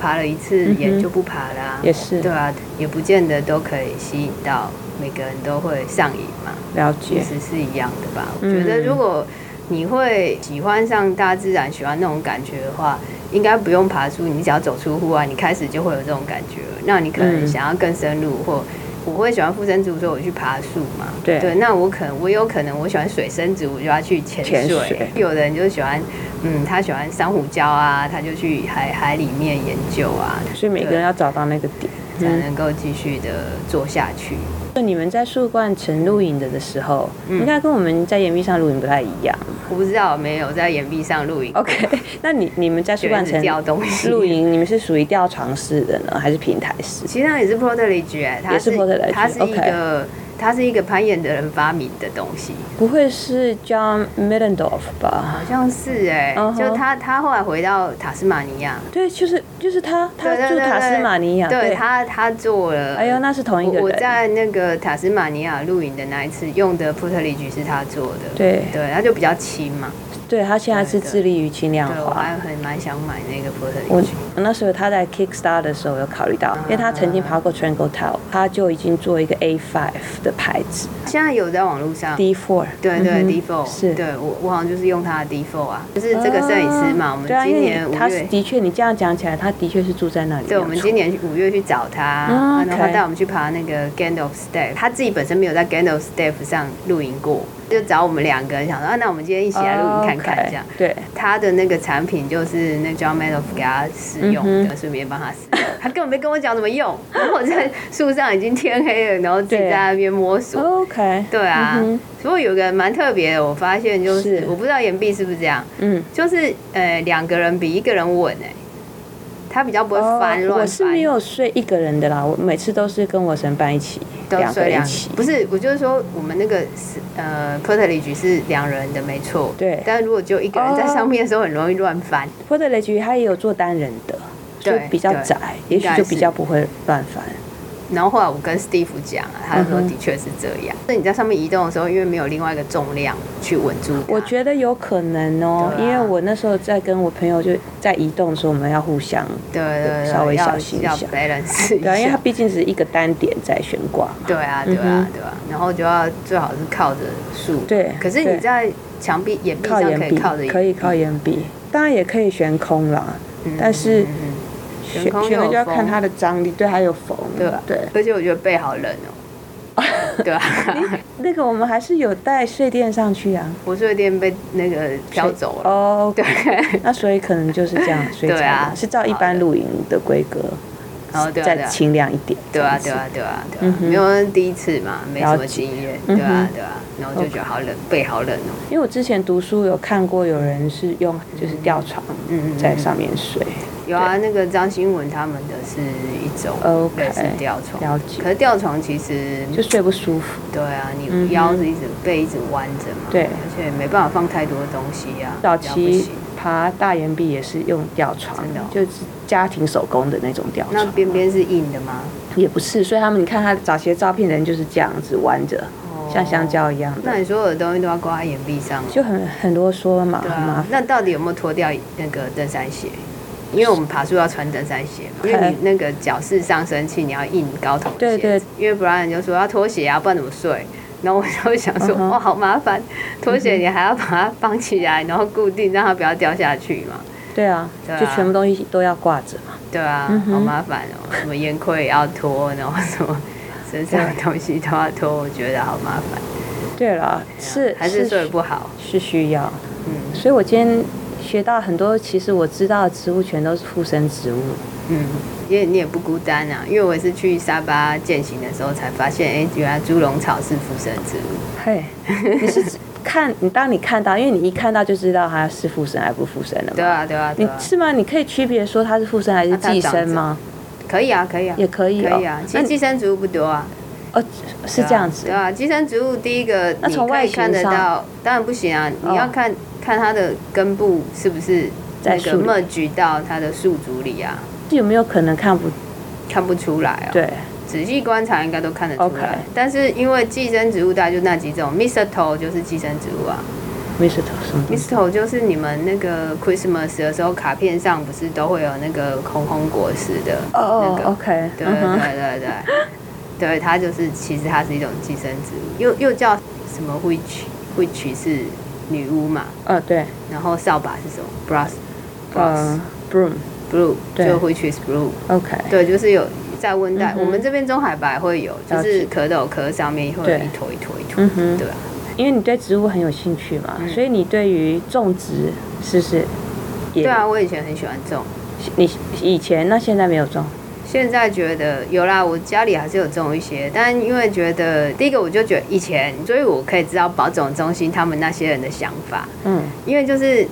[SPEAKER 3] 爬了一次
[SPEAKER 2] 嗯哼
[SPEAKER 3] 也就不爬啦、
[SPEAKER 2] 也是
[SPEAKER 3] 对啊，也不见得都可以吸引到每个人都会上瘾嘛，
[SPEAKER 2] 了
[SPEAKER 3] 其
[SPEAKER 2] 解，
[SPEAKER 3] 实是一样的吧。我
[SPEAKER 2] 嗯
[SPEAKER 3] 觉得如果你会喜欢上大自然，喜欢那种感觉的话，应该不用爬树，你只要走出户外，你开始就会有这种感觉了。那你可能
[SPEAKER 2] 嗯
[SPEAKER 3] 想要更深入或。我会喜欢附生植物，所以我去爬树嘛。
[SPEAKER 2] 对
[SPEAKER 3] 那我可能我有可能我喜欢水生植物，我就要去潜
[SPEAKER 2] 潜
[SPEAKER 3] 水。
[SPEAKER 2] 水
[SPEAKER 3] 有的人就喜欢，嗯，他喜欢珊瑚礁啊，他就去海海里面研究啊，
[SPEAKER 2] 所以每个人要找到那个点。
[SPEAKER 3] 才能够继续的做下去。
[SPEAKER 2] 就你们在树冠城露营的的时候，
[SPEAKER 3] 嗯
[SPEAKER 2] 应该跟我们在岩壁上露营不太一样。
[SPEAKER 3] 我不知道有没有在岩壁上露营
[SPEAKER 2] OK，那 你你们在树
[SPEAKER 3] 学
[SPEAKER 2] 冠
[SPEAKER 3] 子
[SPEAKER 2] 城
[SPEAKER 3] 掉东西
[SPEAKER 2] 露。营，你们是属于吊床式的呢，还是平台式？
[SPEAKER 3] 其实它也是 portage，哎它
[SPEAKER 2] 也是 portage，
[SPEAKER 3] 它是一
[SPEAKER 2] OK
[SPEAKER 3] 个它是一个攀岩的人发明的东西，
[SPEAKER 2] 不会是 John Middendorf 吧？
[SPEAKER 3] 好像是哎、
[SPEAKER 2] 嗯哼
[SPEAKER 3] 就他他后来回到塔斯马尼亚，
[SPEAKER 2] 对，就是就是他，他
[SPEAKER 3] 对对
[SPEAKER 2] 住
[SPEAKER 3] 对
[SPEAKER 2] 塔斯
[SPEAKER 3] 对
[SPEAKER 2] 马尼亚，
[SPEAKER 3] 对他他做了，
[SPEAKER 2] 哎呦，那是同一个
[SPEAKER 3] 我
[SPEAKER 2] 人。
[SPEAKER 3] 我在那个塔斯马尼亚露营的那一次用的 portage 是他做的，
[SPEAKER 2] 对
[SPEAKER 3] 对，他就比较轻嘛，
[SPEAKER 2] 对他现在是
[SPEAKER 3] 对对
[SPEAKER 2] 致力于轻量
[SPEAKER 3] 对我
[SPEAKER 2] 化
[SPEAKER 3] 还。很蛮想买那个 portage，
[SPEAKER 2] 嗯我那时候他在 Kickstarter 的时候有考虑到，因为他曾经爬过 Triangle Tower，他就已经做一个 A5 的牌子
[SPEAKER 3] 现在有在网络上
[SPEAKER 2] D4。
[SPEAKER 3] 对对
[SPEAKER 2] 嗯哼
[SPEAKER 3] ，default
[SPEAKER 2] 是
[SPEAKER 3] 对我我好像就是用他的 default 啊，就是这个摄影师嘛，
[SPEAKER 2] 啊
[SPEAKER 3] 我们
[SPEAKER 2] 对啊，因
[SPEAKER 3] 今
[SPEAKER 2] 为
[SPEAKER 3] 年五
[SPEAKER 2] 他是
[SPEAKER 3] 月。
[SPEAKER 2] 的确，你这样讲起来，他的确是住在那里。
[SPEAKER 3] 对，我们今年五月去找他，
[SPEAKER 2] 啊
[SPEAKER 3] 然后他
[SPEAKER 2] OK
[SPEAKER 3] 带我们去爬那个 Gandalf Step。他自己本身没有在 Gandalf Step 上露营过，就找我们两个人想说，啊，那我们今天一
[SPEAKER 2] 一
[SPEAKER 3] 起来露营看看这样。
[SPEAKER 2] 哦对，
[SPEAKER 3] 他的那个产品就是那 John Madoff 给他试用
[SPEAKER 2] 嗯
[SPEAKER 3] 的，顺便帮他试用。他根本没跟我讲怎么用，然后我在树上已经天黑了，然后自己
[SPEAKER 2] 对
[SPEAKER 3] 在那边摸索。
[SPEAKER 2] OK，
[SPEAKER 3] 对啊，
[SPEAKER 2] 嗯
[SPEAKER 3] 不过有个蛮特别的，我发现就是
[SPEAKER 2] 是
[SPEAKER 3] 我不知道岩壁是不是这样，
[SPEAKER 2] 嗯，
[SPEAKER 3] 就是呃两个人比一个人稳哎、他比较不会翻
[SPEAKER 2] 哦
[SPEAKER 3] 乱
[SPEAKER 2] 我是
[SPEAKER 3] 翻，
[SPEAKER 2] 没有睡一个人的啦，我每次都是跟我神伴一起，
[SPEAKER 3] 都
[SPEAKER 2] 两个
[SPEAKER 3] 睡
[SPEAKER 2] 人
[SPEAKER 3] 两
[SPEAKER 2] 一起。
[SPEAKER 3] 不是，我就是说我们那个是呃 portage 是两人的没错，
[SPEAKER 2] 对
[SPEAKER 3] 但如果只有一个人在上面的时候，很容易乱翻。
[SPEAKER 2] 或者雷局他也有做单人的，就
[SPEAKER 3] 对
[SPEAKER 2] 比较
[SPEAKER 3] 对
[SPEAKER 2] 窄，也许
[SPEAKER 3] 应该
[SPEAKER 2] 就比
[SPEAKER 3] 是
[SPEAKER 2] 较不会乱翻。
[SPEAKER 3] 然后后来我跟 Steve 讲啊，他说
[SPEAKER 2] 嗯哼
[SPEAKER 3] 的确是这样。那、你在上面移动的时候，因为没有另外一个重量去稳住它，
[SPEAKER 2] 我觉得有可能哦、
[SPEAKER 3] 对
[SPEAKER 2] 因
[SPEAKER 3] 啊
[SPEAKER 2] 为我那时候在跟我朋友就在移动的时候，我们要互相。
[SPEAKER 3] 对对对，
[SPEAKER 2] 稍微
[SPEAKER 3] 要
[SPEAKER 2] 小心一
[SPEAKER 3] 要
[SPEAKER 2] 下
[SPEAKER 3] balance 一
[SPEAKER 2] 对啊，因为
[SPEAKER 3] 下
[SPEAKER 2] 它。毕竟只是一个单点在悬挂嘛。
[SPEAKER 3] 对啊，
[SPEAKER 2] 嗯
[SPEAKER 3] 对啊
[SPEAKER 2] 哼，
[SPEAKER 3] 对啊，然后就要最好是靠着树。
[SPEAKER 2] 对
[SPEAKER 3] 可是
[SPEAKER 2] 对
[SPEAKER 3] 你在墙壁、岩壁
[SPEAKER 2] 靠
[SPEAKER 3] 上可
[SPEAKER 2] 岩
[SPEAKER 3] 以
[SPEAKER 2] 壁
[SPEAKER 3] 靠着，
[SPEAKER 2] 可以靠岩壁，当然也可以悬空啦。
[SPEAKER 3] 嗯
[SPEAKER 2] 但是
[SPEAKER 3] 嗯嗯
[SPEAKER 2] 悬
[SPEAKER 3] 悬空
[SPEAKER 2] 悬
[SPEAKER 3] 有
[SPEAKER 2] 就要
[SPEAKER 3] 缝
[SPEAKER 2] 看它的张力，对，还有缝，
[SPEAKER 3] 对啊
[SPEAKER 2] 对。
[SPEAKER 3] 而且我觉得背好冷 哦。对啊，
[SPEAKER 2] 那个我们还是有带睡垫上去啊，
[SPEAKER 3] 我睡垫被那个飘走 了。
[SPEAKER 2] 哦。
[SPEAKER 3] 对，
[SPEAKER 2] 那所以可能就是这样睡觉
[SPEAKER 3] 对啊
[SPEAKER 2] 嘛，是照一般露营的规格，
[SPEAKER 3] 哦对啊对
[SPEAKER 2] 再
[SPEAKER 3] 啊
[SPEAKER 2] 清凉一点。
[SPEAKER 3] 对啊，
[SPEAKER 2] 这
[SPEAKER 3] 对
[SPEAKER 2] 样子
[SPEAKER 3] 啊，对啊，
[SPEAKER 2] 嗯
[SPEAKER 3] 对啊，
[SPEAKER 2] 哼
[SPEAKER 3] 没有第一次嘛，没什
[SPEAKER 2] 了
[SPEAKER 3] 么
[SPEAKER 2] 解
[SPEAKER 3] 经验。
[SPEAKER 2] 嗯哼
[SPEAKER 3] 对啊，对啊，然后就觉得好冷，背好冷哦。
[SPEAKER 2] 因为我之前读书有看过有人是用就是吊床
[SPEAKER 3] 嗯嗯嗯
[SPEAKER 2] 在上面睡，
[SPEAKER 3] 有啊，那个张新文他们的是一种
[SPEAKER 2] OK，
[SPEAKER 3] 类似吊床，
[SPEAKER 2] 了
[SPEAKER 3] 可
[SPEAKER 2] 解，
[SPEAKER 3] 是吊床其实
[SPEAKER 2] 就睡不舒服。
[SPEAKER 3] 对啊，
[SPEAKER 2] 嗯哼
[SPEAKER 3] 你腰是一直背一直弯着嘛，
[SPEAKER 2] 对
[SPEAKER 3] 而且没办法放太多东西呀、啊，
[SPEAKER 2] 早
[SPEAKER 3] 这样不
[SPEAKER 2] 期
[SPEAKER 3] 行
[SPEAKER 2] 爬大岩壁也是用吊床
[SPEAKER 3] 真的哦，
[SPEAKER 2] 就是家庭手工的那种吊
[SPEAKER 3] 那
[SPEAKER 2] 床，
[SPEAKER 3] 边边是硬的吗？
[SPEAKER 2] 也不是。所以他们你看他早期的照片，人就是这样子弯着，像香蕉一样
[SPEAKER 3] 哦那
[SPEAKER 2] 的，
[SPEAKER 3] 你所有的东西都要挂在眼壁上哦，
[SPEAKER 2] 就很很啰嗦嘛，
[SPEAKER 3] 对
[SPEAKER 2] 很麻
[SPEAKER 3] 啊
[SPEAKER 2] 烦。。
[SPEAKER 3] 那到底有没有脱掉那个登山鞋？因为我们爬树要穿登山鞋嘛，因为你那个脚是上升器，你要印高筒鞋
[SPEAKER 2] 对
[SPEAKER 3] 子。
[SPEAKER 2] 对
[SPEAKER 3] 因为不然你就说要脱鞋啊，不然怎么睡？然后我就想
[SPEAKER 2] 嗯
[SPEAKER 3] 说，
[SPEAKER 2] 哼
[SPEAKER 3] 哇，好麻烦，拖鞋你还要把它绑起来，然后固定，让它不要掉下去嘛。
[SPEAKER 2] 对啊，
[SPEAKER 3] 对啊
[SPEAKER 2] 就全部东西都要挂着嘛。
[SPEAKER 3] 对啊，
[SPEAKER 2] 嗯哼
[SPEAKER 3] 好麻烦哦、什么烟盔也要脱，然后什么身上的东西都要脱，我觉得好麻烦。
[SPEAKER 2] 对啦，是
[SPEAKER 3] 啊还是睡不好，
[SPEAKER 2] 是需要，
[SPEAKER 3] 嗯
[SPEAKER 2] 所以我今天学到很多，其实我知道的植物全都是附生植物。
[SPEAKER 3] 嗯，因为你也不孤单啊。因为我也是去沙巴践行的时候才发现，哎、原来猪笼草是附生植物。
[SPEAKER 2] 嘿，你是指看你当你看到，因为你一看到就知道它是附生还是不附生了嘛。
[SPEAKER 3] 对啊，对啊，对
[SPEAKER 2] 你
[SPEAKER 3] 啊，
[SPEAKER 2] 是吗？你可以区别说它是附生还是
[SPEAKER 3] 啊它
[SPEAKER 2] 寄生吗？
[SPEAKER 3] 可以啊，可以啊，
[SPEAKER 2] 也可以哦
[SPEAKER 3] 可以啊。其
[SPEAKER 2] 那
[SPEAKER 3] 实
[SPEAKER 2] 你
[SPEAKER 3] 寄生植物不多啊，
[SPEAKER 2] 哦，是
[SPEAKER 3] 对啊
[SPEAKER 2] 这样子
[SPEAKER 3] 对。啊，寄生植物第一个
[SPEAKER 2] 那
[SPEAKER 3] 你
[SPEAKER 2] 从
[SPEAKER 3] 可
[SPEAKER 2] 外
[SPEAKER 3] 以
[SPEAKER 2] 形
[SPEAKER 3] 看得
[SPEAKER 2] 上
[SPEAKER 3] 到，当然不行啊，
[SPEAKER 2] 哦
[SPEAKER 3] 你要看看它的根部是不是
[SPEAKER 2] 在
[SPEAKER 3] 啊那个
[SPEAKER 2] 树里
[SPEAKER 3] merge 到它的宿主里啊，
[SPEAKER 2] 有没有可能看不
[SPEAKER 3] 看不出来啊。
[SPEAKER 2] 对？
[SPEAKER 3] 仔细观察应该都看得出来。
[SPEAKER 2] OK
[SPEAKER 3] 但是因为寄生植物大概就那几种，mistletoe 就是寄生植物啊，
[SPEAKER 2] mistletoe 什么东西？
[SPEAKER 3] Mistle 就是你们那个 Christmas 的时候，卡片上不是都会有那个红红果实的
[SPEAKER 2] 哦哦
[SPEAKER 3] 那个
[SPEAKER 2] ，OK，
[SPEAKER 3] 对
[SPEAKER 2] 嗯哼
[SPEAKER 3] 对对对，对它就是其实它是一种寄生植物，又又叫什么 witch witch 是女巫嘛，
[SPEAKER 2] 呃，对，
[SPEAKER 3] 然后扫把是什么 brass
[SPEAKER 2] 呃
[SPEAKER 3] brass
[SPEAKER 2] ，broom，OK，
[SPEAKER 3] blue
[SPEAKER 2] 对
[SPEAKER 3] 就 witch is blue，对，就是有在温带，我们这边中海拔会有，
[SPEAKER 2] 嗯
[SPEAKER 3] 就
[SPEAKER 2] 了
[SPEAKER 3] 是
[SPEAKER 2] 解
[SPEAKER 3] 壳斗壳上面会有
[SPEAKER 2] 对
[SPEAKER 3] 一坨一坨一坨
[SPEAKER 2] 嗯，哼
[SPEAKER 3] 对吧？啊
[SPEAKER 2] 因为你对植物很有兴趣
[SPEAKER 3] 嗯
[SPEAKER 2] 嘛，所以你对于种植是不是也？
[SPEAKER 3] 对啊，我以前很喜欢种。
[SPEAKER 2] 你以前那现在没有种，
[SPEAKER 3] 现在觉得有啦，我家里还是有种一些，但因为觉得第一个，我就觉得以前，所以我可以知道保种中心他们那些人的想法，
[SPEAKER 2] 嗯
[SPEAKER 3] 因为就是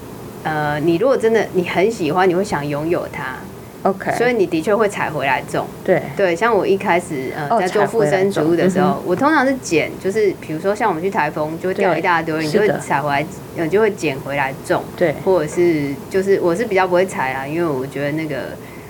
[SPEAKER 3] 呃，你如果真的你很喜欢，你会想拥有它，
[SPEAKER 2] ，OK，
[SPEAKER 3] 所以你的确会采回来种。
[SPEAKER 2] 对，
[SPEAKER 3] 对，像我一开始呃
[SPEAKER 2] 哦
[SPEAKER 3] 在做
[SPEAKER 2] 采
[SPEAKER 3] 附
[SPEAKER 2] 回来
[SPEAKER 3] 生植物的时
[SPEAKER 2] 种嗯
[SPEAKER 3] 候，我通常是捡，就是比如说像我们去台风就会掉
[SPEAKER 2] 对
[SPEAKER 3] 一大堆，你
[SPEAKER 2] 是
[SPEAKER 3] 就会
[SPEAKER 2] 的
[SPEAKER 3] 采回来，呃就会捡回来种。
[SPEAKER 2] 对，
[SPEAKER 3] 或者是就是我是比较不会采啦，因为我觉得那个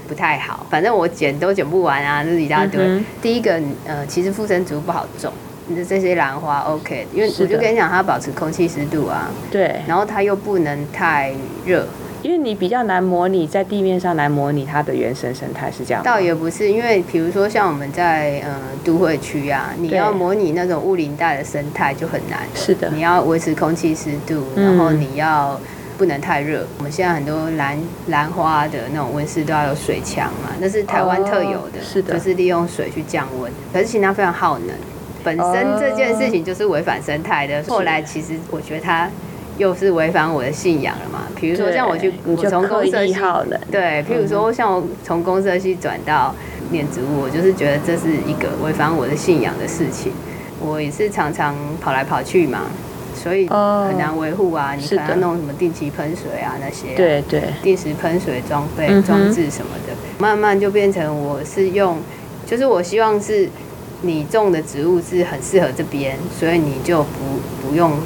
[SPEAKER 3] 不太好，反正我捡都捡不完啊，就是一大堆。
[SPEAKER 2] 嗯哼
[SPEAKER 3] 第一个呃，其实附生植物不好种，你的这些兰花 OK，因为
[SPEAKER 2] 是
[SPEAKER 3] 我
[SPEAKER 2] 的
[SPEAKER 3] 就跟你讲，它保持空气湿度啊，
[SPEAKER 2] 对，
[SPEAKER 3] 然后它又不能太热，
[SPEAKER 2] 因为你比较难模拟在地面上来模拟它的原生生态是这样吗，
[SPEAKER 3] 倒也不是，因为比如说像我们在呃都会区啊，你
[SPEAKER 2] 对
[SPEAKER 3] 要模拟那种雾林带的生态就很难。
[SPEAKER 2] 是的，
[SPEAKER 3] 你要维持空气湿度，
[SPEAKER 2] 嗯
[SPEAKER 3] 然后你要不能太热。我们现在很多兰兰花的那种温室都要有水墙嘛，那是台湾特有的，
[SPEAKER 2] 哦是的
[SPEAKER 3] 就是利用水去降温。可是其实它非常耗能，本身
[SPEAKER 2] 哦
[SPEAKER 3] 这件事情就是违反生态的。后来其实我觉得它又是违反我的信仰了嘛，比如说
[SPEAKER 2] 对
[SPEAKER 3] 像我去，
[SPEAKER 2] 你
[SPEAKER 3] 我
[SPEAKER 2] 就
[SPEAKER 3] 从
[SPEAKER 2] 刻
[SPEAKER 3] 公社
[SPEAKER 2] 意
[SPEAKER 3] 系
[SPEAKER 2] 耗能，
[SPEAKER 3] 对，譬如
[SPEAKER 2] 嗯
[SPEAKER 3] 说像我从公社系转到念植物，我就是觉得这是一个违反我的信仰的事情。我也是常常跑来跑去嘛，所以
[SPEAKER 2] 哦
[SPEAKER 3] 很难维护啊。你可
[SPEAKER 2] 是的
[SPEAKER 3] 能要弄什么定期喷水啊那些啊、
[SPEAKER 2] 对对，
[SPEAKER 3] 定时喷水装备
[SPEAKER 2] 嗯哼、
[SPEAKER 3] 装置什么的，慢慢就变成我是用，就是我希望是你种的植物是很适合这边，所以你就不不用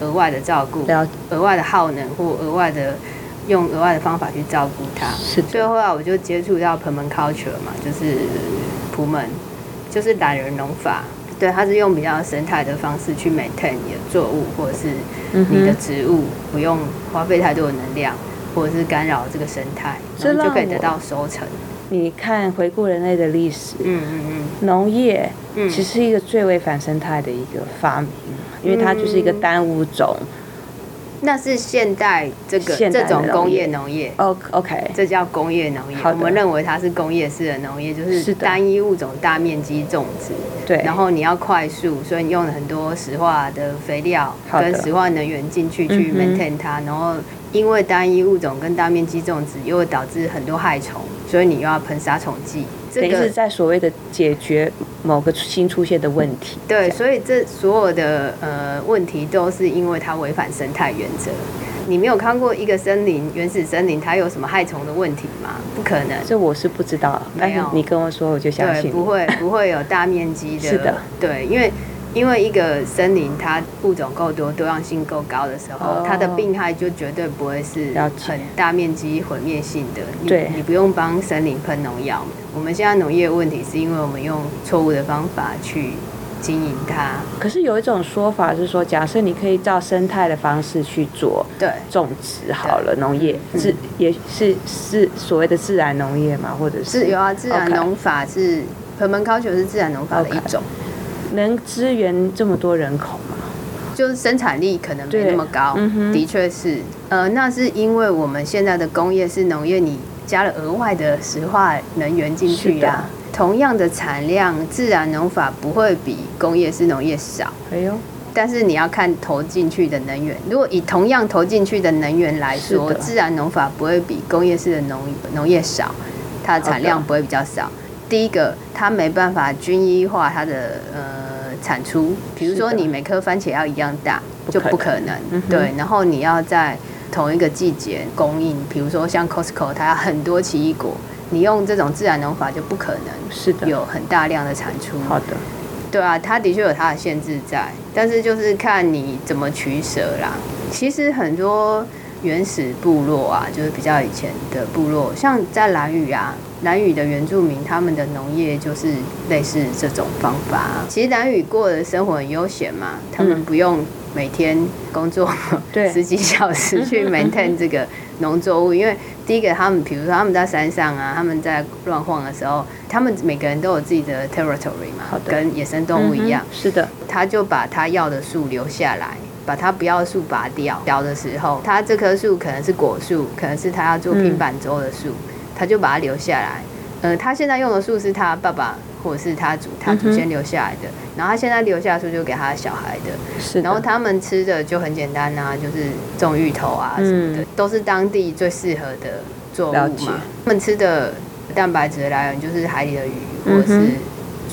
[SPEAKER 3] 额外的照顾，
[SPEAKER 2] 了
[SPEAKER 3] 额外的耗能或额外的用额外的方法去照顾它。
[SPEAKER 2] 是
[SPEAKER 3] 所以
[SPEAKER 2] 的，
[SPEAKER 3] 后来我就接触到盆门 culture 嘛，就是普门，就是懒人农法。对，它是用比较生态的方式去 maintain 你的作物或者是
[SPEAKER 2] 嗯
[SPEAKER 3] 你的
[SPEAKER 2] 哼，
[SPEAKER 3] 植物，不用花费太多的能量，或者是干扰这个生态，
[SPEAKER 2] 这
[SPEAKER 3] 然后就可以
[SPEAKER 2] 让我
[SPEAKER 3] 得到收成。
[SPEAKER 2] 你看回顾人类的历史，
[SPEAKER 3] 嗯嗯
[SPEAKER 2] 农业
[SPEAKER 3] 嗯
[SPEAKER 2] 其实是一个最为反生态的一个发明，因为它就是一个单物种。
[SPEAKER 3] 嗯，那是现代这个
[SPEAKER 2] 现代
[SPEAKER 3] 这
[SPEAKER 2] 的
[SPEAKER 3] 种工业
[SPEAKER 2] 农
[SPEAKER 3] 农业。
[SPEAKER 2] O OK，
[SPEAKER 3] 这叫工业农业，
[SPEAKER 2] 好
[SPEAKER 3] 我
[SPEAKER 2] 的
[SPEAKER 3] 们认为它是工业式的农业，就是
[SPEAKER 2] 是的
[SPEAKER 3] 单一物种大面积种植。
[SPEAKER 2] 对，
[SPEAKER 3] 然后你要快速，所以你用了很多石化的肥料
[SPEAKER 2] 好的
[SPEAKER 3] 跟石化能源进去去
[SPEAKER 2] 嗯哼
[SPEAKER 3] maintain 它，然后因为单一物种跟大面积种植，又会导致很多害虫，所以你又要喷杀虫剂。这
[SPEAKER 2] 等于
[SPEAKER 3] 个
[SPEAKER 2] 是在所谓的解决某个新出现的问题。
[SPEAKER 3] 对，所以这所有的呃问题都是因为它违反生态原则。你没有看过一个森林原始森林它有什么害虫的问题吗？不可能。
[SPEAKER 2] 这我是不知道，但
[SPEAKER 3] 没
[SPEAKER 2] 是
[SPEAKER 3] 有
[SPEAKER 2] 你跟我说，我就相
[SPEAKER 3] 对，
[SPEAKER 2] 信
[SPEAKER 3] 不
[SPEAKER 2] 你。
[SPEAKER 3] 会不会有大面积的。
[SPEAKER 2] 是的，
[SPEAKER 3] 对，因为因为一个森林它物种够多、多样性够高的时候，
[SPEAKER 2] 哦
[SPEAKER 3] 它的病害就绝对不会是
[SPEAKER 2] 了解
[SPEAKER 3] 很大面积毁灭性的。你
[SPEAKER 2] 对
[SPEAKER 3] 你不用帮森林喷农药。我们现在农业的问题是因为我们用错误的方法去经营它。
[SPEAKER 2] 可是有一种说法是说，假设你可以照生态的方式去做
[SPEAKER 3] 对，
[SPEAKER 2] 种植好了，农业
[SPEAKER 3] 嗯
[SPEAKER 2] 自、也是是所谓的自然农业嘛，或者
[SPEAKER 3] 自由啊，自然
[SPEAKER 2] OK
[SPEAKER 3] 农法是盆门高球是自然农法的一
[SPEAKER 2] OK
[SPEAKER 3] 种。
[SPEAKER 2] 能支援这么多人口吗？
[SPEAKER 3] 就是生产力可能没
[SPEAKER 2] 对
[SPEAKER 3] 那么高，
[SPEAKER 2] 嗯哼
[SPEAKER 3] 的确是，呃，那是因为我们现在的工业是农业，你加了额外的石化能源进去
[SPEAKER 2] 是的
[SPEAKER 3] 呀、同样的产量，自然农法不会比工业式农业少，
[SPEAKER 2] 哎呦，
[SPEAKER 3] 但是你要看投进去的能源。如果以同样投进去的能源来说，
[SPEAKER 2] 是的
[SPEAKER 3] 自然农法不会比工业式的农农业少，它的产量不会比较少。第一个，它没办法均一化它的呃产出，比如说
[SPEAKER 2] 是的
[SPEAKER 3] 你每颗番茄要一样大，
[SPEAKER 2] 不
[SPEAKER 3] 就
[SPEAKER 2] 可能嗯
[SPEAKER 3] 不可能。对，然后你要在同一个季节供应，比如说像 Costco，它有很多奇异果，你用这种自然农法就不可能
[SPEAKER 2] 是的，
[SPEAKER 3] 有很大量的产出。
[SPEAKER 2] 好的，
[SPEAKER 3] 对啊，它的确有它的限制在，但是就是看你怎么取舍啦。其实很多原始部落啊，就是比较以前的部落，像在兰屿啊，兰屿的原住民他们的农业就是类似这种方法啊。其实兰屿过的生活很悠闲嘛，他们
[SPEAKER 2] 嗯
[SPEAKER 3] 不用每天工作
[SPEAKER 2] 对
[SPEAKER 3] 十几小时 去 maintain 这个农作物，因为第一个他们，比如说他们在山上啊，他们在乱晃的时候，他们每个人都有自己的 territory
[SPEAKER 2] 好
[SPEAKER 3] 嘛，
[SPEAKER 2] 的
[SPEAKER 3] 跟野生动物一样
[SPEAKER 2] 嗯，哼是的，
[SPEAKER 3] 他就把他要的树留下来，把他不要的树拔掉。小的时候，他这棵树可能是果树，可能是他要做平板舟的树，
[SPEAKER 2] 嗯
[SPEAKER 3] 他就把它留下来。呃，他现在用的树是他爸爸或者是他祖他
[SPEAKER 2] 嗯
[SPEAKER 3] 祖先留下来的，然后他现在留下的树就给他的小孩的。
[SPEAKER 2] 是的。
[SPEAKER 3] 然后他们吃的就很简单啊，就是种芋头啊什么的，
[SPEAKER 2] 嗯
[SPEAKER 3] 都是当地最适合的作物
[SPEAKER 2] 了解
[SPEAKER 3] 嘛。他们吃的蛋白质的来源就是海里的鱼，或者是
[SPEAKER 2] 嗯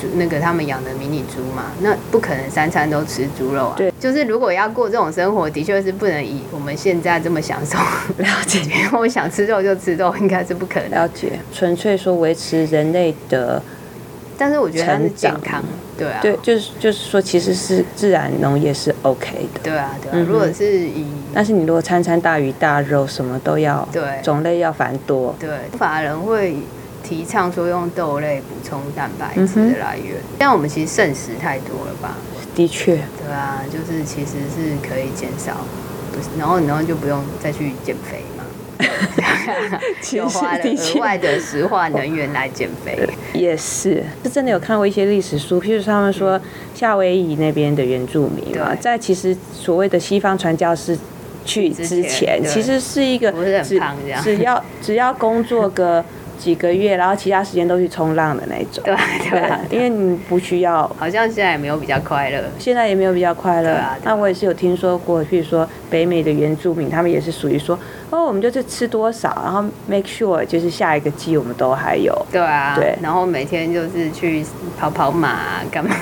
[SPEAKER 3] 猪那个他们养的迷你猪嘛。那不可能三餐都吃猪肉啊。
[SPEAKER 2] 对，
[SPEAKER 3] 就是如果要过这种生活，的确是不能以我们现在这么享受。了解，因为我想吃肉就吃肉，应该是不可能的。
[SPEAKER 2] 了解，纯粹说维持人类的，
[SPEAKER 3] 但是我觉得它是
[SPEAKER 2] 成长
[SPEAKER 3] 健康，对啊，
[SPEAKER 2] 对，就是就是说，其实是自然农业是 OK 的。
[SPEAKER 3] 对啊，对啊。
[SPEAKER 2] 嗯哼
[SPEAKER 3] 如果是以
[SPEAKER 2] 但是你如果餐餐大鱼大肉，什么都要，
[SPEAKER 3] 对
[SPEAKER 2] 种类要繁多，
[SPEAKER 3] 对，法人会提倡说用豆类补充蛋白
[SPEAKER 2] 嗯
[SPEAKER 3] 质的来源，但我们其实剩食太多了吧？
[SPEAKER 2] 的确，
[SPEAKER 3] 对啊，就是其实是可以减少，不是，然后然后就不用再去减肥嘛，
[SPEAKER 2] 其
[SPEAKER 3] 就花了
[SPEAKER 2] 的
[SPEAKER 3] 额
[SPEAKER 2] 确
[SPEAKER 3] 外的石化能源来减肥。
[SPEAKER 2] 也是，是真的有看过一些历史书，譬如他们说夏威夷那边的原住民嘛，
[SPEAKER 3] 对
[SPEAKER 2] 在其实所谓的西方传教士去之
[SPEAKER 3] 之前
[SPEAKER 2] 前，
[SPEAKER 3] 对
[SPEAKER 2] 其实是一个
[SPEAKER 3] 不是很
[SPEAKER 2] 只
[SPEAKER 3] 胖这样
[SPEAKER 2] 只要只要工作个几个月，然后其他时间都去冲浪的那一种。
[SPEAKER 3] 对啊对啊，
[SPEAKER 2] 因为你不需要
[SPEAKER 3] 好像现在也没有比较快乐。
[SPEAKER 2] 现在也没有比较快乐。
[SPEAKER 3] 对啊对啊
[SPEAKER 2] 那我也是有听说过，譬如说北美的原住民，他们也是属于说，哦，我们就是吃多少，然后 make sure 就是下一个季我们都还有。
[SPEAKER 3] 对啊，
[SPEAKER 2] 对
[SPEAKER 3] 然后每天就是去跑跑马、啊、干 嘛？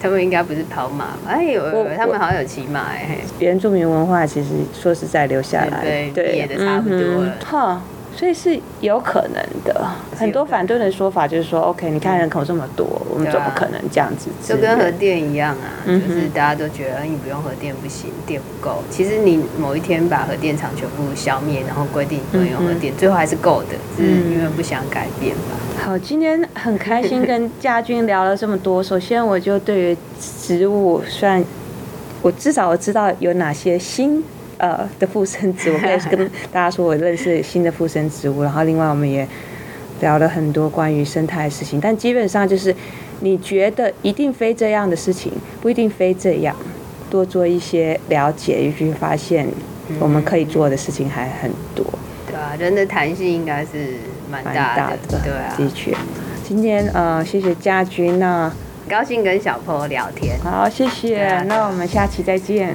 [SPEAKER 3] 他们应该不是跑马吧，哎，有有
[SPEAKER 2] 我
[SPEAKER 3] 有他们好像有骑马哎、嘿
[SPEAKER 2] 原住民文化其实说实在留下来，
[SPEAKER 3] 对
[SPEAKER 2] 对，
[SPEAKER 3] 也得差不多了
[SPEAKER 2] 嗯哼哈、所以是有可能的。很多反对的说法就是说，OK，你看人口这么多，我们
[SPEAKER 3] 对啊
[SPEAKER 2] 怎么可能这样子之
[SPEAKER 3] 就
[SPEAKER 2] 类的？
[SPEAKER 3] 跟核电一样啊，
[SPEAKER 2] 嗯
[SPEAKER 3] 就是
[SPEAKER 2] 哼
[SPEAKER 3] 大家都觉得哎你不用核电不行，电不够。其实你某一天把核电厂全部消灭，然后规定不能用核
[SPEAKER 2] 嗯
[SPEAKER 3] 电，最后还是够的，只是因为不想改变吧。
[SPEAKER 2] 好，今天很开心跟家军聊了这么多。 首先，我就对于植物算，我至少我知道有哪些新呃的附生植物，我可以跟大家说我认识新的附生植物。然后，另外我们也聊了很多关于生态的事情，但基本上就是你觉得一定非这样的事情，不一定非这样，多做一些了解，也许发现我们可以做的事情还很多。
[SPEAKER 3] 对啊，人的弹性应该是蛮
[SPEAKER 2] 蛮
[SPEAKER 3] 大的，
[SPEAKER 2] 大的，
[SPEAKER 3] 对啊。
[SPEAKER 2] 的确。今天呃，谢谢家军那、
[SPEAKER 3] 很高兴跟小朋友聊天。
[SPEAKER 2] 好，谢谢
[SPEAKER 3] 对啊，
[SPEAKER 2] 那我们下期再见。